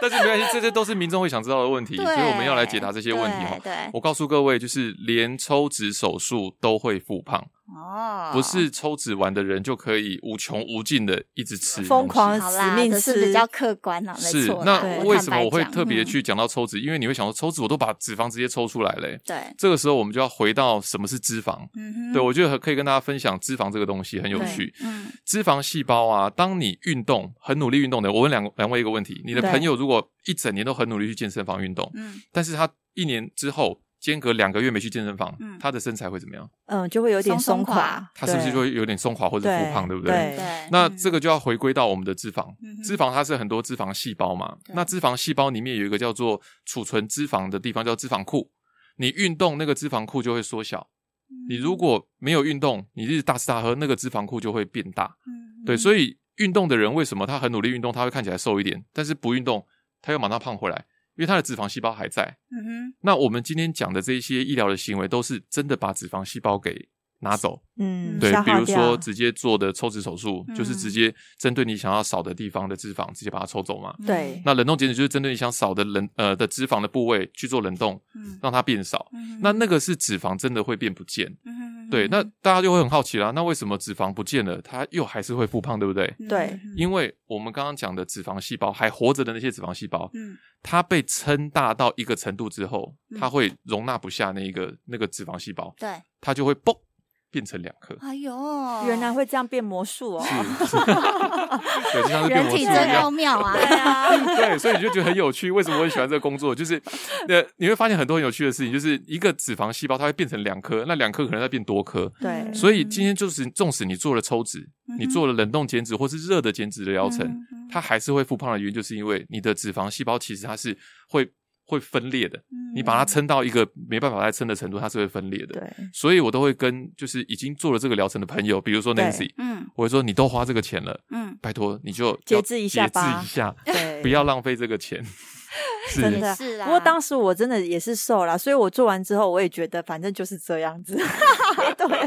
Speaker 1: 但是没关系，这些都是民众会想知道的问题，
Speaker 2: 对，
Speaker 1: 啊所以我们要来解答这些问题
Speaker 2: 对
Speaker 1: 哈。
Speaker 2: 对，
Speaker 1: 我告诉各位，就是连抽脂手术都会复胖。
Speaker 2: 哦，
Speaker 1: 不是抽脂完的人就可以无穷无尽的一直吃
Speaker 3: 疯狂
Speaker 1: 东西
Speaker 2: 好
Speaker 3: 死
Speaker 2: 啦，
Speaker 3: 命
Speaker 2: 这是
Speaker 3: 吃
Speaker 2: 比较客观了，没
Speaker 1: 是
Speaker 2: 错啦。
Speaker 1: 那
Speaker 2: 我
Speaker 1: 为
Speaker 2: 坦
Speaker 1: 什么
Speaker 2: 白
Speaker 1: 我会
Speaker 2: 讲
Speaker 1: 特别
Speaker 2: 嗯
Speaker 1: 去讲到抽脂？因为你会想说抽脂我都把脂肪直接抽出来嘞、
Speaker 2: 对，
Speaker 1: 这个时候我们就要回到什么是脂肪。
Speaker 2: 嗯哼，
Speaker 1: 对，我觉得可以跟大家分享脂肪这个东西很有趣。
Speaker 2: 嗯，
Speaker 1: 脂肪细胞啊，当你运动很努力运动的，我问两两位一个问题：你的
Speaker 3: 对
Speaker 1: 朋友如果一整年都很努力去健身房运动，
Speaker 2: 嗯
Speaker 1: 但是他一年之后间隔两个月没去健身房，
Speaker 2: 嗯
Speaker 1: 他的身材会怎么样？
Speaker 3: 嗯，就会有点
Speaker 2: 松
Speaker 3: 松
Speaker 2: 垮
Speaker 3: 垮。
Speaker 1: 他是不是
Speaker 3: 对
Speaker 1: 就会有点松垮或者
Speaker 3: 对
Speaker 1: 复胖，对不
Speaker 3: 对
Speaker 2: 对。
Speaker 1: 那
Speaker 2: 嗯
Speaker 1: 这个就要回归到我们的脂肪
Speaker 2: 嗯哼，
Speaker 1: 脂肪它是很多脂肪细胞嘛。
Speaker 2: 对
Speaker 1: 那脂肪细胞里面有一个叫做储存脂肪的地方，叫脂肪库。你运动，那个脂肪库就会缩小。你
Speaker 2: 嗯
Speaker 1: 如果没有运动，你一直大吃大喝，那个脂肪库就会变大。
Speaker 2: 嗯
Speaker 3: 嗯
Speaker 1: 对，
Speaker 2: 以
Speaker 1: 所以运动的人为什么他很努力运动，他会看起来瘦一点，但是不运动，他又马上胖回来，因为他的脂肪细胞还在。
Speaker 2: 嗯哼，
Speaker 1: 那我们今天讲的这些医疗的行为，都是真的把脂肪细胞给拿走。
Speaker 3: 嗯，
Speaker 1: 对
Speaker 3: 消，
Speaker 1: 比
Speaker 3: 耗
Speaker 1: 如
Speaker 3: 掉
Speaker 1: 说直接做的抽脂手术，就是
Speaker 2: 嗯
Speaker 1: 直接针对你想要少的地方的脂肪，直接把它抽走嘛。
Speaker 3: 对
Speaker 1: 那冷冻减脂就是针对你想少的冷呃的脂肪的部位去做冷冻，
Speaker 2: 嗯，
Speaker 1: 让它变少。
Speaker 2: 嗯
Speaker 1: 那那个是脂肪真的会变不见，
Speaker 2: 嗯
Speaker 1: 对，那大家就会很好奇啦。那为什么脂肪不见了，它又还是会复胖，对不对？
Speaker 2: 嗯
Speaker 3: 对，
Speaker 1: 因为我们刚刚讲的脂肪细胞还活着的那些脂肪细胞，
Speaker 2: 嗯
Speaker 1: 它被撑大到一个程度之后，
Speaker 2: 嗯
Speaker 1: 它会容纳不下那一个那个脂肪细胞，
Speaker 2: 对，
Speaker 1: 它就会嘣变成两 颗。
Speaker 2: 哎呦，
Speaker 3: 原来会这样变魔术哦。
Speaker 1: 是，对，就像是变
Speaker 2: 人
Speaker 1: 魔术
Speaker 2: 体
Speaker 1: 一
Speaker 2: 真奥
Speaker 1: 样。
Speaker 2: 妙啊，
Speaker 1: 对，所以你就觉得很有趣。为什么我很喜欢这个工作？就是，呃，你会发现很多很有趣的事情，就是一个脂肪细胞它会变成两颗，那两颗可能再变多颗。
Speaker 3: 对
Speaker 2: 嗯
Speaker 1: 所以今天就是，纵使你做了抽脂，你做了冷冻减脂或是热的减脂的疗程，，
Speaker 2: 嗯
Speaker 1: 它还是会复胖的原因，就是因为你的脂肪细胞其实它是会会分裂的。你把它，撑到一个没办法再撑的程度，它是会分裂的。
Speaker 3: 嗯对，
Speaker 1: 所以我都会跟就是已经做了这个疗程的朋友，比如说
Speaker 3: 对
Speaker 1: Nancy，
Speaker 2: 嗯
Speaker 1: 我会说你都花这个钱了。
Speaker 2: 嗯
Speaker 1: 拜托你就
Speaker 3: 节
Speaker 1: 要
Speaker 3: 制一下吧
Speaker 1: 节制一下，
Speaker 3: 对
Speaker 1: 不要浪费这个 钱。是
Speaker 3: 真
Speaker 2: 嗯，
Speaker 3: 的
Speaker 2: 也是啦。
Speaker 3: 不过当时我真的也是瘦啦，所以我做完之后，我也觉得反正就是这样子。对，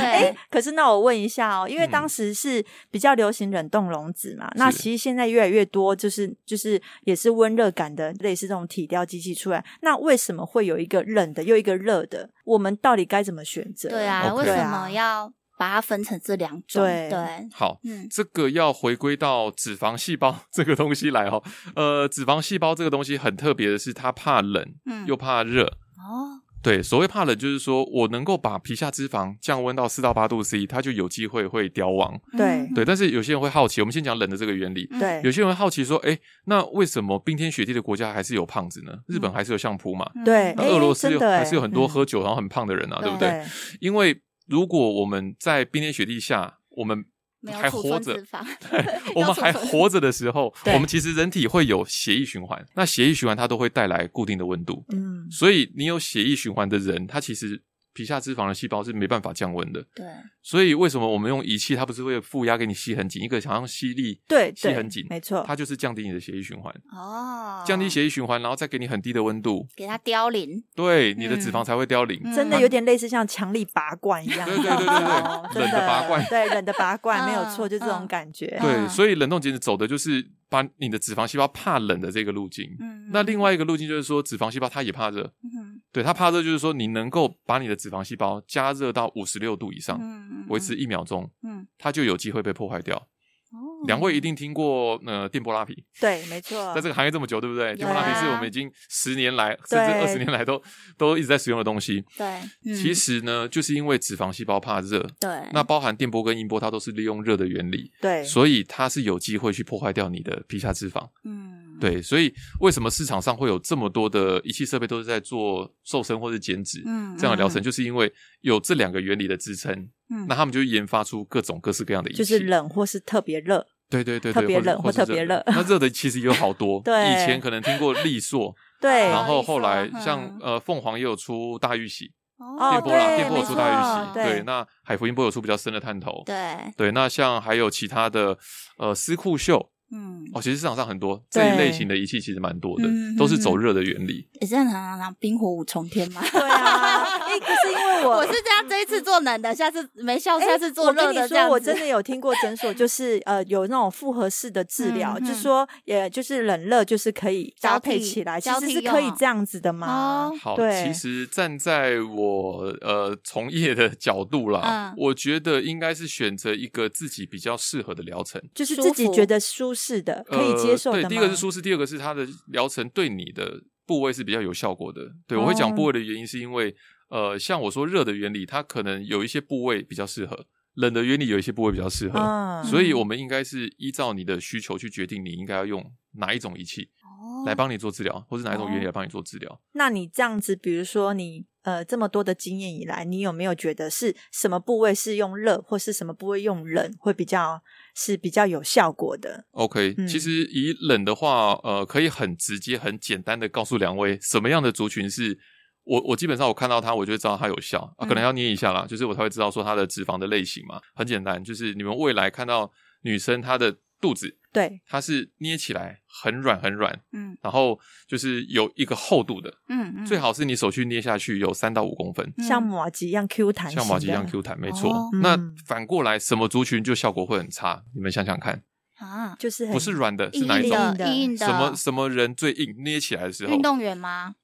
Speaker 3: 哎
Speaker 2: 对，，
Speaker 3: 可是那我问一下哦，因为
Speaker 1: 嗯
Speaker 3: 当时是比较流行冷冻溶脂嘛，那
Speaker 1: 是
Speaker 3: 其实现在越来越多，就是就是也是温热感的类似这种体雕机器出来，那为什么会有一个冷的又一个热的？我们到底该怎么选择？
Speaker 2: 对啊，
Speaker 1: OK
Speaker 2: 为
Speaker 3: 对
Speaker 2: 什
Speaker 3: 啊
Speaker 2: 么要把它分成这两种？
Speaker 3: 对
Speaker 2: 对，
Speaker 1: 好，
Speaker 2: 嗯
Speaker 1: 这个要回归到脂肪细胞 这个东西来哦。呃，脂肪细胞这个东西很特别的是，它怕冷
Speaker 2: 嗯，
Speaker 1: 又怕热。
Speaker 2: 哦，
Speaker 1: 对，所谓怕冷，就是说我能够把皮下脂肪降温到四到八度 C，它就有机会会凋亡。
Speaker 3: 对
Speaker 2: 嗯
Speaker 1: 对，，但是有些人会好奇，我们先讲冷的这个原理。
Speaker 2: 嗯
Speaker 3: 对啊
Speaker 1: 有些人会好奇说，哎，那为什么冰天雪地的国家还是有胖子呢？日本还是有相扑嘛？
Speaker 2: 嗯
Speaker 3: 对
Speaker 1: 那
Speaker 3: 哎
Speaker 1: 俄罗斯
Speaker 3: 真
Speaker 1: 有
Speaker 3: 的
Speaker 1: 还是有很多
Speaker 3: 嗯
Speaker 1: 喝酒然后很胖的人啊，对不
Speaker 2: 对
Speaker 1: 对？因为如果我们在冰天雪地下，我们
Speaker 2: 没有
Speaker 1: 还
Speaker 2: 储
Speaker 1: 活
Speaker 2: 存
Speaker 1: 着
Speaker 2: 脂，肪，
Speaker 1: 我们还
Speaker 2: 要储存
Speaker 1: 活着的时候，
Speaker 3: 对
Speaker 1: 我们其实人体会有血液循环，那血液循环它都会带来固定的温度，
Speaker 3: 嗯，
Speaker 1: 所以你有血液循环的人，他其实皮下脂肪的细胞是没办法降温的。
Speaker 2: 对，
Speaker 1: 所以为什么我们用仪器，它不是会负压给你吸很紧，一个想要吸力，
Speaker 3: 对
Speaker 1: 吸
Speaker 3: 对，
Speaker 1: 很紧，
Speaker 3: 没错，
Speaker 1: 它就是降低你的血液循环，
Speaker 2: 哦，
Speaker 1: 降低血液循环，然后再给你很低的温度，
Speaker 2: 给它凋零，
Speaker 1: 对，你的脂肪
Speaker 2: 嗯
Speaker 1: 才会凋零。
Speaker 2: 嗯
Speaker 3: 真的有点类似像强力拔罐一样，
Speaker 1: 对对对对对
Speaker 3: 哦真
Speaker 1: 冷的拔罐
Speaker 3: 对冷的拔罐没有
Speaker 2: 嗯
Speaker 3: 错，就这种
Speaker 2: 嗯
Speaker 3: 感觉。
Speaker 1: 对，
Speaker 2: 嗯
Speaker 1: 所以冷冻减脂走的就是把你的脂肪细胞怕冷的这个路径。
Speaker 2: 嗯，
Speaker 1: 那另外一个路径就是说，脂肪细胞它也怕热，
Speaker 2: 嗯，
Speaker 1: 对它怕热就是说，你能够把你的脂肪细胞加热到五十六度以上，
Speaker 2: 嗯，嗯
Speaker 1: 维持，一秒钟，
Speaker 2: 嗯，
Speaker 1: 它就有机会被破坏掉。
Speaker 2: 嗯啊哦
Speaker 1: 两位一定听过呃电波拉皮，
Speaker 3: 对，没错
Speaker 1: 在。这个行业这么久，对不
Speaker 2: 啊
Speaker 1: 对？电波拉皮是我们已经十年来甚至
Speaker 3: 对
Speaker 1: 二十年来都都一直在使用的东西。
Speaker 2: 对，嗯
Speaker 1: 其实呢，就是因为脂肪细胞怕热，
Speaker 2: 对，
Speaker 1: 那包含电波跟音波，它都是利用热的原理，
Speaker 3: 对，
Speaker 1: 所以它是有机会去破坏掉你的皮下脂肪。
Speaker 2: 嗯，
Speaker 1: 对，所以为什么市场上会有这么多的仪器设备都是在做瘦身或是减脂
Speaker 2: 嗯，
Speaker 1: 这样的疗程，就是因为有这两个原理的支撑，
Speaker 2: 嗯，
Speaker 1: 那他们就研发出各种各式各样的仪器，
Speaker 3: 就是冷或是特别热，
Speaker 1: 对对对对，
Speaker 3: 特别
Speaker 1: 或者
Speaker 3: 冷
Speaker 1: 或是
Speaker 3: 或特别热
Speaker 1: 那热的其实也有好 多，
Speaker 3: 对
Speaker 1: 以前可能听过 利索，
Speaker 3: 对，
Speaker 1: 然后
Speaker 2: 利索
Speaker 1: 后来
Speaker 2: 嗯
Speaker 1: 像呃凤凰也有出大玉玺，
Speaker 2: 哦
Speaker 3: 哦
Speaker 1: 电波啦，
Speaker 3: 对
Speaker 1: 电波有
Speaker 3: 没
Speaker 1: 出大玉玺，
Speaker 3: 错对
Speaker 1: 对，那海福音波有出比较深的探头，
Speaker 2: 对，
Speaker 1: 对，那像还有其他的呃丝裤秀，
Speaker 2: 嗯，
Speaker 1: 哦，其实市场上很多这一类型的仪器其实蛮多的
Speaker 2: 嗯，
Speaker 1: 都是走热的原理。
Speaker 2: 也真的常常常冰火五重天 嘛。
Speaker 3: 对啊，哎、可是因为我
Speaker 2: 我是这样，这一次做冷的，下次没效，
Speaker 3: 哎
Speaker 2: 下次做热
Speaker 3: 我跟
Speaker 2: 的
Speaker 3: 你
Speaker 2: 这
Speaker 3: 说，
Speaker 2: 样
Speaker 3: 我
Speaker 2: 子
Speaker 3: 真。的有听过诊所，就是呃有那种复合式的治疗，
Speaker 2: 嗯
Speaker 3: 就
Speaker 2: 嗯
Speaker 3: 说也就是冷热就是可以
Speaker 2: 交
Speaker 3: 搭配
Speaker 2: 替
Speaker 3: 起来，其
Speaker 2: 交
Speaker 3: 实
Speaker 2: 替
Speaker 3: 是
Speaker 2: 用
Speaker 3: 可以
Speaker 2: 哦
Speaker 3: 这样子的嘛
Speaker 2: 哦。
Speaker 1: 好，
Speaker 3: 对
Speaker 1: 其实站在我呃从业的角度啦
Speaker 2: 嗯，
Speaker 1: 我觉得应该是选择一个自己比较适合的疗程。
Speaker 3: 就是
Speaker 2: 舒
Speaker 3: 自己
Speaker 2: 服
Speaker 3: 觉得舒适的，可以接受的
Speaker 1: 呃。
Speaker 3: 吗？
Speaker 1: 对，第一个是舒适，第二个是它的疗程对你的部位是比较有效果的。对，我会
Speaker 3: 哦
Speaker 1: 讲部位的原因是因为，呃，像我说热的原理，它可能有一些部位比较适合，冷的原理有一些部位比较适合，
Speaker 3: 嗯
Speaker 1: 所以我们应该是依照你的需求去决定你应该要用哪一种仪器
Speaker 2: 哦
Speaker 1: 来帮你做治疗，或是哪一种原理来帮你做治疗。
Speaker 3: 那你这样子，比如说你呃这么多的经验以来，你有没有觉得是什么部位是用热，或是什么部位用冷会比较是比较有效果的？
Speaker 1: OK，、
Speaker 3: 嗯
Speaker 1: 其实以冷的话，呃，可以很直接、很简单的告诉两位，什么样的族群是我我基本上我看到它，我就会知道它有效啊，可能要捏一下啦，就是我才会知道说它的脂肪的类型嘛。很简单，就是你们未来看到女生她的肚子，
Speaker 3: 对，
Speaker 1: 它是捏起来很软很软，
Speaker 2: 嗯
Speaker 1: 然后就是有一个厚度的，
Speaker 2: 嗯嗯，
Speaker 1: 最好是你手去捏下去有三到五公分。
Speaker 2: 嗯
Speaker 3: 像马吉一样 Q 弹，
Speaker 1: 像马吉一样。Q 弹，没错。
Speaker 2: 哦
Speaker 1: 那
Speaker 3: 嗯
Speaker 1: 反过来，什么族群就效果会很差？你们想想看，
Speaker 2: 啊，
Speaker 3: 就是很
Speaker 1: 不是软的，是
Speaker 2: 硬
Speaker 1: 哪一种？
Speaker 2: 的
Speaker 3: 硬的
Speaker 2: 硬硬的
Speaker 1: 什么什么人最硬？捏起来的时候，
Speaker 2: 运动员吗？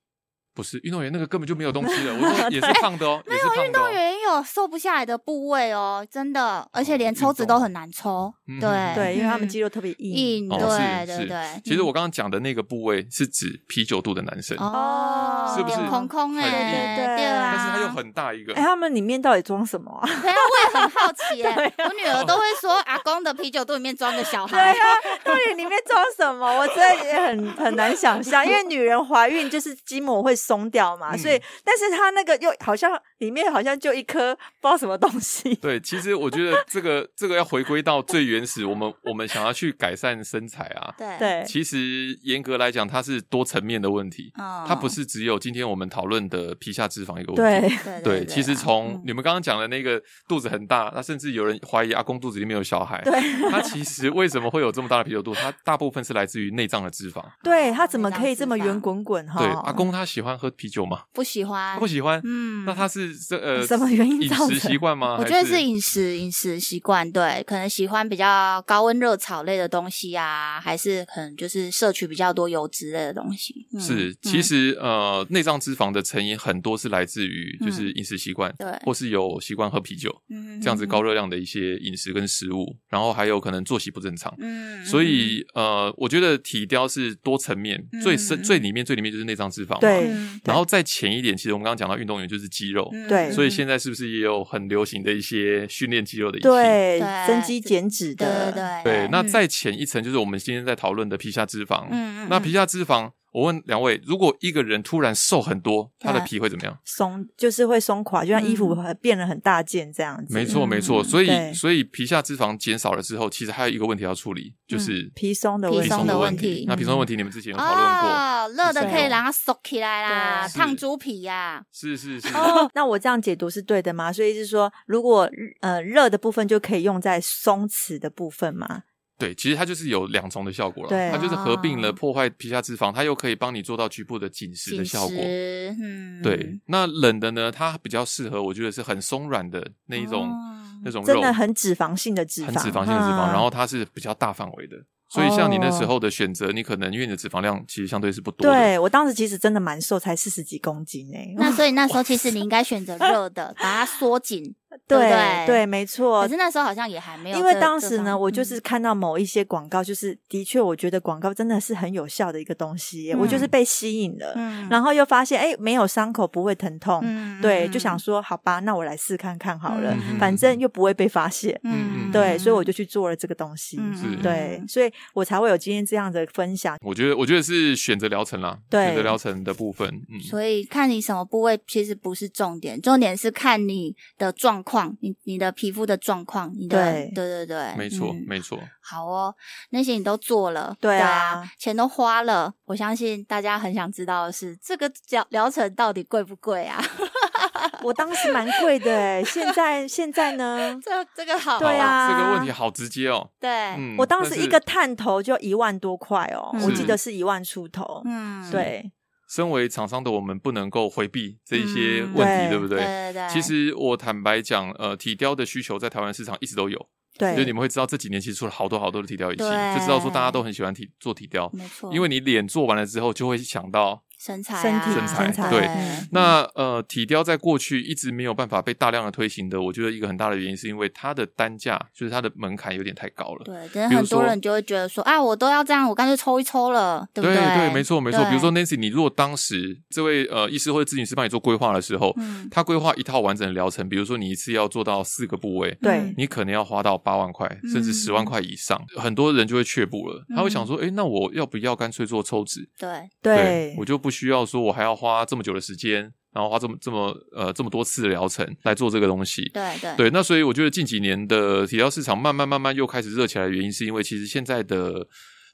Speaker 1: 不是运动员，那个根本就没有东西了。我 说也是胖的哦，也是胖
Speaker 2: 啊运
Speaker 1: 的、
Speaker 2: 动
Speaker 1: 哦。
Speaker 2: 员也有瘦不下来的部位哦，真的，而且连
Speaker 1: 运
Speaker 2: 抽脂
Speaker 1: 动
Speaker 2: 都很难抽。
Speaker 1: 嗯
Speaker 2: 对
Speaker 3: 对，因为他们
Speaker 2: 嗯
Speaker 3: 肌肉特别硬。
Speaker 2: 硬，
Speaker 1: 哦
Speaker 2: 对
Speaker 1: 是
Speaker 2: 对
Speaker 1: 是
Speaker 2: 对。
Speaker 1: 其实我刚刚讲的那个部位是指啤酒肚的男生，
Speaker 2: 哦，
Speaker 3: 是不是
Speaker 2: 脸空空
Speaker 3: 欸
Speaker 1: 很
Speaker 2: 哎，
Speaker 3: 硬对对对
Speaker 2: 啊，
Speaker 1: 但是他 又很大一个
Speaker 3: 哎、。他们里面到底装什么啊？
Speaker 2: 对啊，我也很好奇哎、
Speaker 3: 对啊
Speaker 2: 我女儿都会说阿公的啤酒肚里面装个小
Speaker 3: 对
Speaker 2: 孩，
Speaker 3: 啊，到底里面装什么？我真的也很很难想象，因为女人怀孕就是筋膜会松掉嘛，
Speaker 1: 嗯
Speaker 3: 所以，但是她那个又好像里面好像就一颗不知道什么东西。
Speaker 1: 对，其实我觉得这个 这个要回归到最原始，我们我们想要去改善身材啊，
Speaker 2: 对，
Speaker 3: 对，
Speaker 1: 其实严格来讲，它是多层面的问题，
Speaker 2: 嗯，
Speaker 1: 它不是只有今天我们讨论的皮下脂肪一个
Speaker 3: 对，
Speaker 1: 问题。
Speaker 2: 对啊嗯
Speaker 1: 对，其实
Speaker 3: 嗯
Speaker 1: 从你
Speaker 2: 们
Speaker 1: 们刚刚讲的那个肚子很大，那甚至有人怀疑阿公肚子里面有小孩。
Speaker 3: 对，
Speaker 1: 他其实为什么会有这么大的啤酒肚？它大部分是来自于内脏的脂肪。
Speaker 3: 对他怎么可以这么圆滚滚哈？
Speaker 1: 对，阿公他喜欢喝啤酒吗？
Speaker 2: 不喜欢
Speaker 1: 他不，喜欢。
Speaker 2: 哦嗯，
Speaker 1: 那他是这呃
Speaker 3: 什么原因
Speaker 1: 饮
Speaker 3: 造成
Speaker 1: 食习惯吗？
Speaker 2: 我觉得
Speaker 1: 还是
Speaker 2: 是饮食饮食习惯，对，可能喜欢比较高温热炒类的东西啊，还是可能就是摄取比较多油脂类的东西。嗯、
Speaker 1: 是，
Speaker 2: 嗯
Speaker 1: 其实呃，内脏脂肪的成因很多是来自于
Speaker 2: 嗯
Speaker 1: 就是饮食习惯，
Speaker 2: 对
Speaker 1: 或是有习惯喝啤酒
Speaker 2: 嗯
Speaker 1: 这样子高，热量的一些饮食跟食物，然后还有可能作息不正常。
Speaker 2: 嗯，嗯
Speaker 1: 所以呃，我觉得体雕是多层面，
Speaker 2: 嗯
Speaker 1: 最
Speaker 2: 嗯
Speaker 1: 深
Speaker 2: 嗯
Speaker 1: 最里面最里面就是内脏脂肪嘛。
Speaker 3: 对
Speaker 2: 嗯
Speaker 1: 然后再浅一点，其实我们刚刚讲到运动员就是肌肉，
Speaker 2: 嗯
Speaker 3: 对
Speaker 1: 所以现在是不是也有很流行的一些训练肌肉的仪器？
Speaker 3: 对
Speaker 2: 对
Speaker 3: 增肌减脂
Speaker 2: 对
Speaker 3: 的，
Speaker 2: 嗯对对
Speaker 1: 对，那
Speaker 2: 嗯
Speaker 1: 再浅一层就是我们今天在讨论的皮下脂肪。
Speaker 2: 嗯嗯
Speaker 1: 那皮下脂肪，我问两位，如果一个人突然瘦很多，他的
Speaker 2: 对
Speaker 1: 皮会怎么样？
Speaker 3: 松就是会松垮，就像衣服变得很大件这样子。
Speaker 1: 没错，
Speaker 2: 嗯
Speaker 1: 没错。所
Speaker 3: 对
Speaker 1: 以，所以皮下脂肪减少了之后，其实还有一个问题要处理，就是
Speaker 3: 皮松的问
Speaker 2: 嗯皮
Speaker 3: 题，
Speaker 2: 松的问题嗯
Speaker 1: 题。那皮松的问题，你们之前有讨论过？
Speaker 2: 哦，热的
Speaker 3: 对
Speaker 2: 可以让它缩起来啦，
Speaker 1: 对
Speaker 2: 烫猪皮呀、
Speaker 1: 是是是，
Speaker 3: 哦，那我这样解读是对的吗？所以是说，如果呃热的部分就可以用在松弛的部分嘛？
Speaker 1: 对，其实它就是有两重的效果
Speaker 3: 对
Speaker 1: 了。它就是合并
Speaker 2: 哦
Speaker 1: 了破坏皮下脂肪，它又可以帮你做到局部的紧实
Speaker 2: 紧
Speaker 1: 的效果。
Speaker 2: 实，嗯，
Speaker 1: 对，那冷的呢，它比较适合，我觉得是很松软的那一种、
Speaker 2: 哦
Speaker 1: 那种肉，
Speaker 3: 真的很脂肪性的脂肪，
Speaker 1: 很脂肪性的脂肪，
Speaker 3: 嗯
Speaker 1: 然后它是比较大范围的。所以像你那时候的选择，你可能因为你的脂肪量其实相对是不多的，
Speaker 3: 对我当时其实真的蛮瘦，才四十几公斤哎、
Speaker 2: 那所以那时候其实你应该选择热的，把它缩紧。对
Speaker 3: 对
Speaker 2: 对
Speaker 3: 对，没错
Speaker 2: 可是。那时候好像也还没有这，
Speaker 3: 因为当时
Speaker 2: 这
Speaker 3: 呢，
Speaker 2: 方
Speaker 3: 我就
Speaker 2: 嗯
Speaker 3: 是看到某一些广告，就是的确，我觉得广告真的是很有效的一个东西耶、我就是
Speaker 2: 嗯
Speaker 3: 被吸引了，
Speaker 2: 嗯
Speaker 3: 然后又发现哎、没有伤口，不会疼痛，
Speaker 2: 嗯
Speaker 3: 对，就想说好吧，那我来试看看好了，
Speaker 1: 嗯
Speaker 3: 反正又不会被发现，
Speaker 1: 嗯嗯
Speaker 3: 对，所以我就去做了这个东西，
Speaker 2: 嗯
Speaker 1: 是
Speaker 3: 对，所以我才会有今天这样的分享。
Speaker 1: 我觉得我觉得是选择疗程啦，
Speaker 3: 对
Speaker 1: 选择疗程的部分，嗯，
Speaker 2: 所以看你什么部位其实不是重点，重点是看你的状况，你你的皮肤的状况，你的
Speaker 3: 对
Speaker 2: 对对对，
Speaker 1: 没错、
Speaker 2: 嗯
Speaker 1: 没错，
Speaker 2: 好哦，那些你都做了，
Speaker 3: 对啊
Speaker 2: 钱都花了，我相信大家很想知道的是，这个疗疗程到底贵不贵啊？
Speaker 3: 我当时蛮贵的哎、现在现在呢？
Speaker 2: 这这个好，
Speaker 3: 对啊
Speaker 1: 好这个问题好直接哦。
Speaker 2: 对，
Speaker 1: 嗯，
Speaker 3: 我当时
Speaker 1: 但是
Speaker 3: 一个探头就一万多块哦，
Speaker 2: 嗯
Speaker 3: 我记得是一万出头。
Speaker 2: 嗯，
Speaker 3: 对，
Speaker 1: 身为厂商的我们不能够回避这一些
Speaker 2: 嗯
Speaker 1: 问题，
Speaker 3: 对
Speaker 1: 对不
Speaker 2: 对
Speaker 1: 对？
Speaker 2: 对对，
Speaker 1: 其实我坦白讲，呃，体雕的需求在台湾市场一直都有，
Speaker 3: 对，
Speaker 1: 就你们会知道这几年其实出了好多好多的体雕仪器，
Speaker 2: 对
Speaker 1: 就知道说大家都很喜欢体做体雕，
Speaker 2: 没错，
Speaker 1: 因为你脸做完了之后就会想到
Speaker 2: 身材啊、
Speaker 3: 身体
Speaker 1: 身材身材
Speaker 3: 对
Speaker 2: 嗯
Speaker 1: 那呃，体雕在过去一直没有办法被大量的推行的，我觉得一个很大的原因是因为它的单价就是它的门槛有点太高了。
Speaker 2: 对，可能
Speaker 1: 比如
Speaker 2: 很多
Speaker 1: 说
Speaker 2: 人就会觉得说啊，我都要这样，我干脆抽一抽了，对不
Speaker 1: 对
Speaker 2: 对，
Speaker 1: 没错没错。
Speaker 2: 对
Speaker 1: 比如说 Nancy，你如果当时这位呃医师或者咨询师帮你做规划的时候，
Speaker 2: 嗯，
Speaker 1: 他规划一套完整的疗程，比如说你一次要做到四个部位，
Speaker 3: 对
Speaker 2: 嗯
Speaker 1: 你可能要花到八万块，甚至十万块以上，很多人就会却步了。他会想说，诶，那我要不要干脆做抽脂？
Speaker 2: 对，
Speaker 3: 对，
Speaker 1: 我就不需要说我还要花这么久的时间，然后花这么这么呃这么多次的疗程来做这个东西。
Speaker 2: 对，对，
Speaker 1: 对，那所以我觉得近几年的体疗市场慢慢慢慢又开始热起来，的原因是因为其实现在的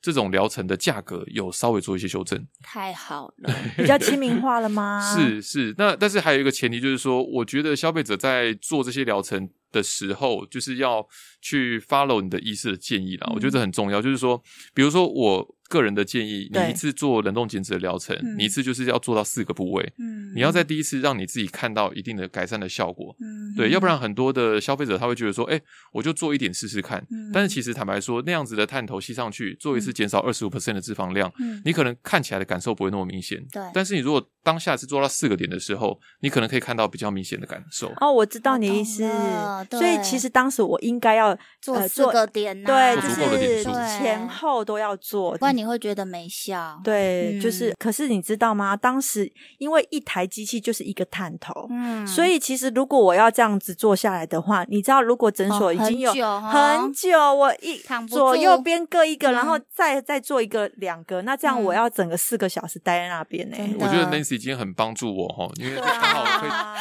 Speaker 1: 这种疗程的价格有稍微做一些修正，
Speaker 2: 太好了，
Speaker 3: 比较亲民化了吗？
Speaker 1: 是是。那但是还有一个前提就是说，我觉得消费者在做这些疗程的时候，就是要去 follow 你的医师的建议啦，我觉得
Speaker 2: 嗯
Speaker 1: 这很重要。就是说，比如说我个人的建议，
Speaker 3: 对
Speaker 1: 你一次做冷冻减脂的疗程，
Speaker 2: 嗯
Speaker 1: 你一次就是要做到四个部位，
Speaker 2: 嗯，
Speaker 1: 你要在第一次让你自己看到一定的改善的效果，
Speaker 2: 嗯，
Speaker 1: 对，要不然很多的消费者他会觉得说，哎、我就做一点试试看。
Speaker 2: 嗯
Speaker 1: 但是其实坦白说，那样子的探头吸上去，做一次减少二十五的脂肪量，
Speaker 2: 嗯，
Speaker 1: 你可能看起来的感受不会那么明显。
Speaker 2: 对
Speaker 1: 但是你如果当下是做到四个点的时候，你可能可以看到比较明显的感受。
Speaker 3: 哦，我知道
Speaker 2: 我
Speaker 3: 你意
Speaker 2: 懂
Speaker 3: 思
Speaker 2: 了，
Speaker 3: 所以
Speaker 2: 对
Speaker 3: 其实当时我应该要
Speaker 2: 做
Speaker 3: 呃
Speaker 2: 四个点呐，啊
Speaker 3: 对，
Speaker 1: 做
Speaker 3: 就
Speaker 1: 足够的
Speaker 3: 是
Speaker 1: 点数
Speaker 3: 前后都要做
Speaker 2: 不。然你会觉得没效，
Speaker 3: 对，就
Speaker 2: 嗯
Speaker 3: 是，可是你知道吗？当时因为一台机器就是一个探头，
Speaker 2: 嗯，
Speaker 3: 所以其实如果我要这样子做下来的话，你知道，如果诊
Speaker 2: 哦
Speaker 3: 所已经有
Speaker 2: 很久哦
Speaker 3: 很久，我一
Speaker 2: 躺不
Speaker 3: 左
Speaker 2: 住
Speaker 3: 右边各一个，然后
Speaker 2: 嗯
Speaker 3: 再再做一个两个，那这样我
Speaker 2: 嗯
Speaker 3: 要整个四个小时待在那边呢。
Speaker 2: 真
Speaker 1: 我
Speaker 2: 的
Speaker 1: 觉得 Nancy 今天很帮助我哈，因为
Speaker 3: 对
Speaker 1: 刚好可以
Speaker 3: 啊，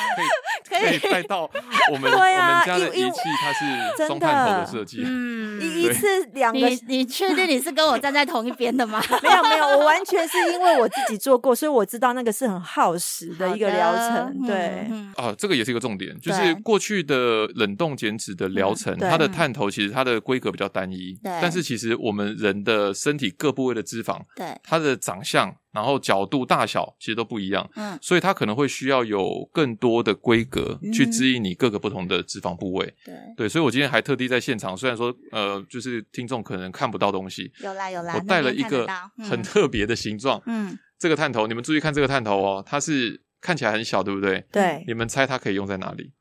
Speaker 1: 可以可以带到我 们、
Speaker 3: 对啊
Speaker 1: 我们家的
Speaker 3: 因
Speaker 1: 仪
Speaker 3: 为
Speaker 1: 器，它是
Speaker 3: 真
Speaker 1: 双探头
Speaker 3: 的
Speaker 1: 的设计。
Speaker 2: 嗯，
Speaker 3: 一一
Speaker 1: 对
Speaker 3: 次两个
Speaker 2: 你你确定你是跟我站在同一边的吗？
Speaker 3: 没有没有，我完全是因为我自己做过，所以我知道那个是很耗时的一个疗程。
Speaker 2: 好的
Speaker 3: 对，
Speaker 2: 嗯嗯
Speaker 1: 啊，这个也是一个重点，就是
Speaker 2: 对
Speaker 1: 过去的冷冻减脂的疗程，
Speaker 3: 嗯对
Speaker 1: 它的探头其实它的规格比较单一，
Speaker 2: 对
Speaker 1: 但是其实我们人的身体各部位的脂肪，
Speaker 2: 对，
Speaker 1: 它的长相，然后角度、大小其实都不一样，
Speaker 2: 嗯，
Speaker 1: 所以它可能会需要有更多的规格
Speaker 2: 嗯
Speaker 1: 去指引你各个不同的脂肪部位。
Speaker 2: 对，
Speaker 1: 对，所以我今天还特地在现场，虽然说呃，就是听众可能看不到东西，
Speaker 2: 有啦有啦，
Speaker 1: 我
Speaker 2: 那
Speaker 1: 带了
Speaker 2: 边
Speaker 1: 一
Speaker 2: 看
Speaker 1: 个
Speaker 2: 得到嗯
Speaker 1: 很特别的形状，
Speaker 2: 嗯，
Speaker 1: 这个探头，你们注意看这个探头哦，它是看起来很小，对不对？
Speaker 3: 对，
Speaker 1: 你们猜它可以用在哪里？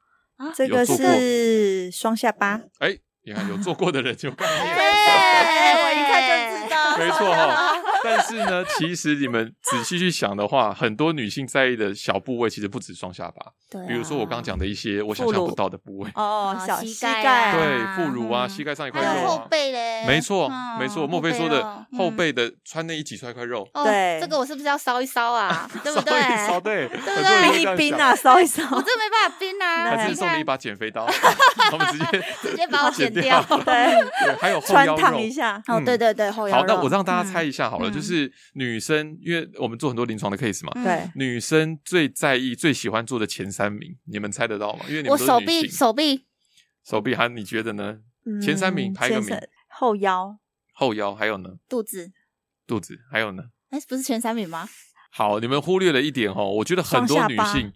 Speaker 3: 这个
Speaker 1: 嗯有做过
Speaker 3: 是双下巴，
Speaker 1: 哎，你 看有做过的人有概念，
Speaker 2: 哎
Speaker 3: 我一看就知道
Speaker 1: 没 错哈、但是呢，其实你们仔细去想的话，很多女性在意的小部位其实不止双下巴，
Speaker 2: 对啊，
Speaker 1: 比如说我刚讲的一些我想象不到的部位，
Speaker 3: 哦
Speaker 2: 啊，
Speaker 3: 小
Speaker 2: 膝盖啊
Speaker 3: 盖，
Speaker 1: 对，副乳啊，
Speaker 2: 嗯
Speaker 1: 膝盖上一块
Speaker 2: 还有
Speaker 1: 肉
Speaker 2: 后
Speaker 1: 啊。
Speaker 2: 背嘞，
Speaker 1: 没错，
Speaker 2: 嗯
Speaker 1: 没错，莫非说的
Speaker 2: 哦嗯
Speaker 1: 后背的穿内衣挤出来一块肉，
Speaker 2: 哦
Speaker 3: 对
Speaker 2: 这个我是不是要烧一烧 啊？对不
Speaker 1: 稍
Speaker 2: 对？
Speaker 1: 微稍对，
Speaker 2: 不
Speaker 1: 很多
Speaker 2: 对
Speaker 1: 人会
Speaker 3: 冰
Speaker 1: 这样
Speaker 3: 一冰
Speaker 1: 想
Speaker 3: 啊，，烧一烧。
Speaker 2: 我真的没办法冰 啊！
Speaker 1: 还是
Speaker 2: 你
Speaker 1: 送你一
Speaker 2: 看，
Speaker 1: 把减 肥刀，我们直接
Speaker 2: 直接把我剪
Speaker 1: 剪掉
Speaker 2: 掉。
Speaker 3: 对，
Speaker 1: 对，还有后
Speaker 3: 穿
Speaker 1: 腰
Speaker 3: 烫
Speaker 1: 肉，
Speaker 3: 一下。
Speaker 2: 哦，
Speaker 1: 嗯
Speaker 2: 对对对，后腰
Speaker 1: 好，那
Speaker 2: 肉
Speaker 1: 我让大家猜一下好了，
Speaker 2: 嗯
Speaker 1: 就是女生，因为我们做很多临床的 case 嘛，
Speaker 2: 嗯
Speaker 3: 对，
Speaker 1: 女生最在意、最喜欢做的前三名，你们猜得到吗？因为你
Speaker 2: 我
Speaker 1: 们都
Speaker 2: 手
Speaker 1: 是女
Speaker 2: 臂
Speaker 1: 性，
Speaker 2: 手臂
Speaker 1: 手臂还你觉得呢？
Speaker 3: 嗯
Speaker 1: 前三名排个
Speaker 3: 前
Speaker 1: 名
Speaker 3: 三后腰，
Speaker 1: 后腰还有呢？
Speaker 2: 肚子，
Speaker 1: 肚子还有呢？
Speaker 2: 哎，不是前三名吗？
Speaker 1: 好，你们忽略了一点哦，我觉得很多
Speaker 3: 双下
Speaker 1: 女
Speaker 3: 巴嗯哦
Speaker 1: 性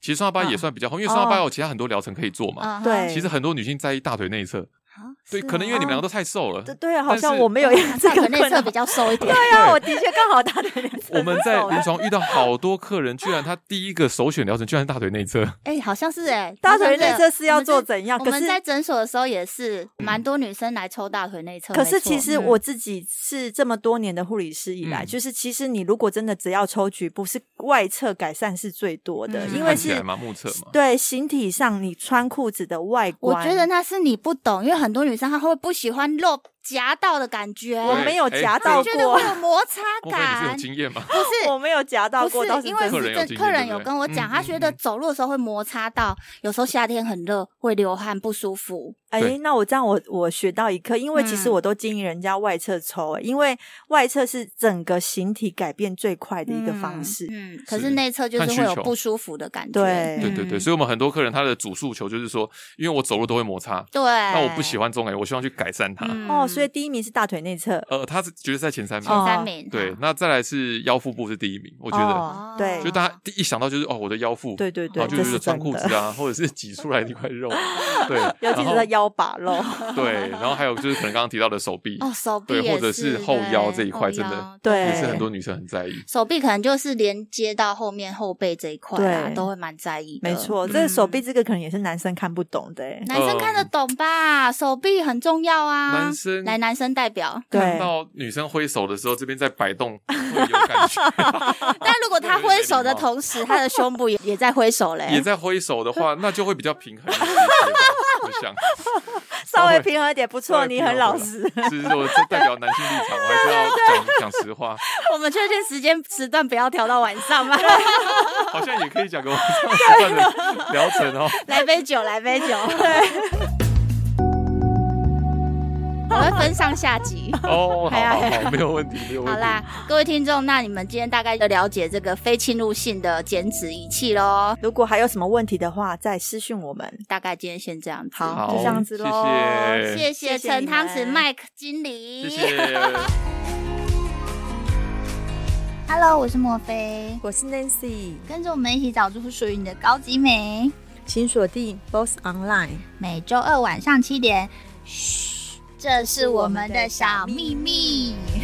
Speaker 1: 其实双下巴也算比较红，因为双下巴有其他很多疗程可以做嘛。
Speaker 2: 啊，
Speaker 3: 对
Speaker 1: 其实很多女性在意大腿内侧，
Speaker 2: 啊
Speaker 1: 对，
Speaker 2: 是
Speaker 1: 可能因为
Speaker 2: 哦
Speaker 1: 你们两个都太瘦了
Speaker 3: 对。对，好
Speaker 1: 啊但
Speaker 3: 像
Speaker 1: 是
Speaker 3: 我没有这
Speaker 2: 大
Speaker 3: 个
Speaker 2: 腿哦
Speaker 3: 困
Speaker 2: 内侧
Speaker 3: 扰
Speaker 2: 比。 较瘦一点
Speaker 3: 对。啊，我的确刚好大腿内侧
Speaker 1: 我们在
Speaker 3: 瘦了
Speaker 1: 临床遇到好多客人，居然他第一个首选疗程居然是大腿内侧，
Speaker 2: 哎，好像是哎，
Speaker 3: 大
Speaker 2: 好像
Speaker 3: 腿内侧是要做
Speaker 2: 我们在
Speaker 3: 怎样？
Speaker 2: 我
Speaker 3: 可
Speaker 2: 们
Speaker 3: 是
Speaker 2: 在诊所的时候也是蛮多女生来抽大腿内侧。
Speaker 3: 可
Speaker 2: 没
Speaker 3: 是
Speaker 2: 错
Speaker 3: 其实
Speaker 2: 嗯
Speaker 3: 我自己是这么多年的护理师以来，
Speaker 1: 嗯
Speaker 3: 就是其实你如果真的只要抽局部，是外侧改善是最多的，
Speaker 2: 嗯
Speaker 3: 因为
Speaker 1: 看起来
Speaker 3: 是
Speaker 1: 嘛，目测嘛，
Speaker 3: 对形体上你穿裤子的外
Speaker 2: 我
Speaker 3: 观，
Speaker 2: 觉得那是你不懂，因为很多女生她会不喜欢露夹到的感觉，
Speaker 3: 我
Speaker 1: 对
Speaker 3: 没有
Speaker 1: 哎
Speaker 3: 夹
Speaker 2: 我
Speaker 3: 到
Speaker 2: 觉得会
Speaker 3: 过，
Speaker 2: 有摩擦
Speaker 1: 莫非你是有
Speaker 2: 感。
Speaker 1: 经验吗？
Speaker 2: 不是，
Speaker 3: 我没有夹到过，倒
Speaker 2: 不
Speaker 3: 是
Speaker 2: 是因为
Speaker 3: 真
Speaker 1: 客
Speaker 3: 的
Speaker 2: 是
Speaker 1: 人有
Speaker 2: 真
Speaker 1: 经验
Speaker 2: 客
Speaker 1: 对
Speaker 2: 人
Speaker 1: 不
Speaker 2: 有
Speaker 1: 对
Speaker 2: 跟我
Speaker 1: 嗯
Speaker 2: 讲，他
Speaker 1: 嗯
Speaker 2: 觉得
Speaker 1: 嗯
Speaker 2: 走路的时候会摩擦到，有时候夏天很热会流汗不舒服。
Speaker 3: 哎，
Speaker 1: 对
Speaker 3: 那我这样我我学到一课，因为其实
Speaker 2: 嗯
Speaker 3: 我都建议人家外侧抽、哎因为外侧是整个形体改变最快的一个方式。
Speaker 2: 嗯，可
Speaker 1: 是
Speaker 2: 是内侧就是
Speaker 1: 看需
Speaker 2: 会有
Speaker 1: 求
Speaker 2: 不舒服的感觉。
Speaker 3: 对
Speaker 1: 对对对，
Speaker 2: 嗯
Speaker 1: 所以我们很多客人他的主诉求就是说，因为我走路都会摩擦，
Speaker 2: 对。
Speaker 1: 那
Speaker 2: 那
Speaker 1: 我不喜欢这种哎感觉，我希望去改善它。
Speaker 3: 哦，所以
Speaker 1: 嗯
Speaker 3: 第一名是大腿内侧，
Speaker 1: 呃，他是绝对在前三名，
Speaker 2: 前
Speaker 3: 哦
Speaker 2: 三名
Speaker 1: 对
Speaker 2: 好，
Speaker 1: 那再来是腰腹部是第一名，我觉得，
Speaker 3: 哦、对
Speaker 1: 就，大家第一想到就是哦，我的腰腹，
Speaker 3: 对对对，
Speaker 1: 然后就
Speaker 3: 这
Speaker 1: 是
Speaker 3: 是
Speaker 1: 穿
Speaker 3: 真
Speaker 1: 裤
Speaker 3: 的，
Speaker 1: 子啊，或者是挤出来的一块 肉，对，
Speaker 3: 尤其
Speaker 1: 然
Speaker 3: 是
Speaker 1: 后
Speaker 3: 在腰把 肉。
Speaker 1: 对，然后还有就是可能刚刚提到的手臂，
Speaker 2: 哦，手臂
Speaker 1: 对
Speaker 2: 也
Speaker 1: 或者是
Speaker 2: 是
Speaker 1: 后腰这
Speaker 2: 对
Speaker 1: 一块
Speaker 2: 后
Speaker 1: 真的
Speaker 2: 腰
Speaker 3: 对
Speaker 1: 也是很多女生很在意。
Speaker 2: 手臂可能就是连接到后面后背这一块啦，
Speaker 3: 对
Speaker 2: 都会蛮在意的。
Speaker 3: 没错，这个手
Speaker 2: 嗯
Speaker 3: 臂这个可能也是男生看不懂的、哎
Speaker 2: 男生看得懂吧？手臂很重要啊。
Speaker 1: 嗯男生
Speaker 2: 来，男生代表。
Speaker 1: 看
Speaker 3: 对，
Speaker 1: 到女生挥手的时候，这边在 摆动，会有感觉。
Speaker 2: 但如果他挥手的同时，他的胸部也也在挥手嘞，
Speaker 1: 也在挥手的话，那就会比较平衡一些吧。我想，
Speaker 3: 稍微平衡一点，不错，你很老实。
Speaker 1: 是我这代表男性立场，我还是要讲讲实话。
Speaker 2: 我们确定时间时段不要调到晚上吗？
Speaker 1: 好像也可以讲个晚上吃饭的疗程哦。
Speaker 2: 来杯酒，来杯酒。 我会分上下集。
Speaker 1: 哦，好
Speaker 2: 哎呀哎
Speaker 1: 好好，没有问题，没有问
Speaker 2: 好
Speaker 1: 题。
Speaker 2: 啦，各位听众，那你们今天大概就了解这个非侵入性的减脂仪器喽。
Speaker 3: 如果还有什么问题的话，再私讯我们。
Speaker 2: 大概今天先这样子。
Speaker 3: 好
Speaker 1: 好，
Speaker 3: 就这样子咯
Speaker 1: 谢谢，
Speaker 2: 谢谢
Speaker 3: 谢谢
Speaker 2: 陈
Speaker 3: 你们
Speaker 2: 汤匙麦克经理。
Speaker 1: 谢谢。
Speaker 2: Hello，我是莫菲，
Speaker 3: 我是 Nancy，
Speaker 2: 跟着我们一起找出属于你的高级美。
Speaker 3: 请锁定 Boss Online。
Speaker 2: 每周二晚上七点，嘘，这是我们的小秘密。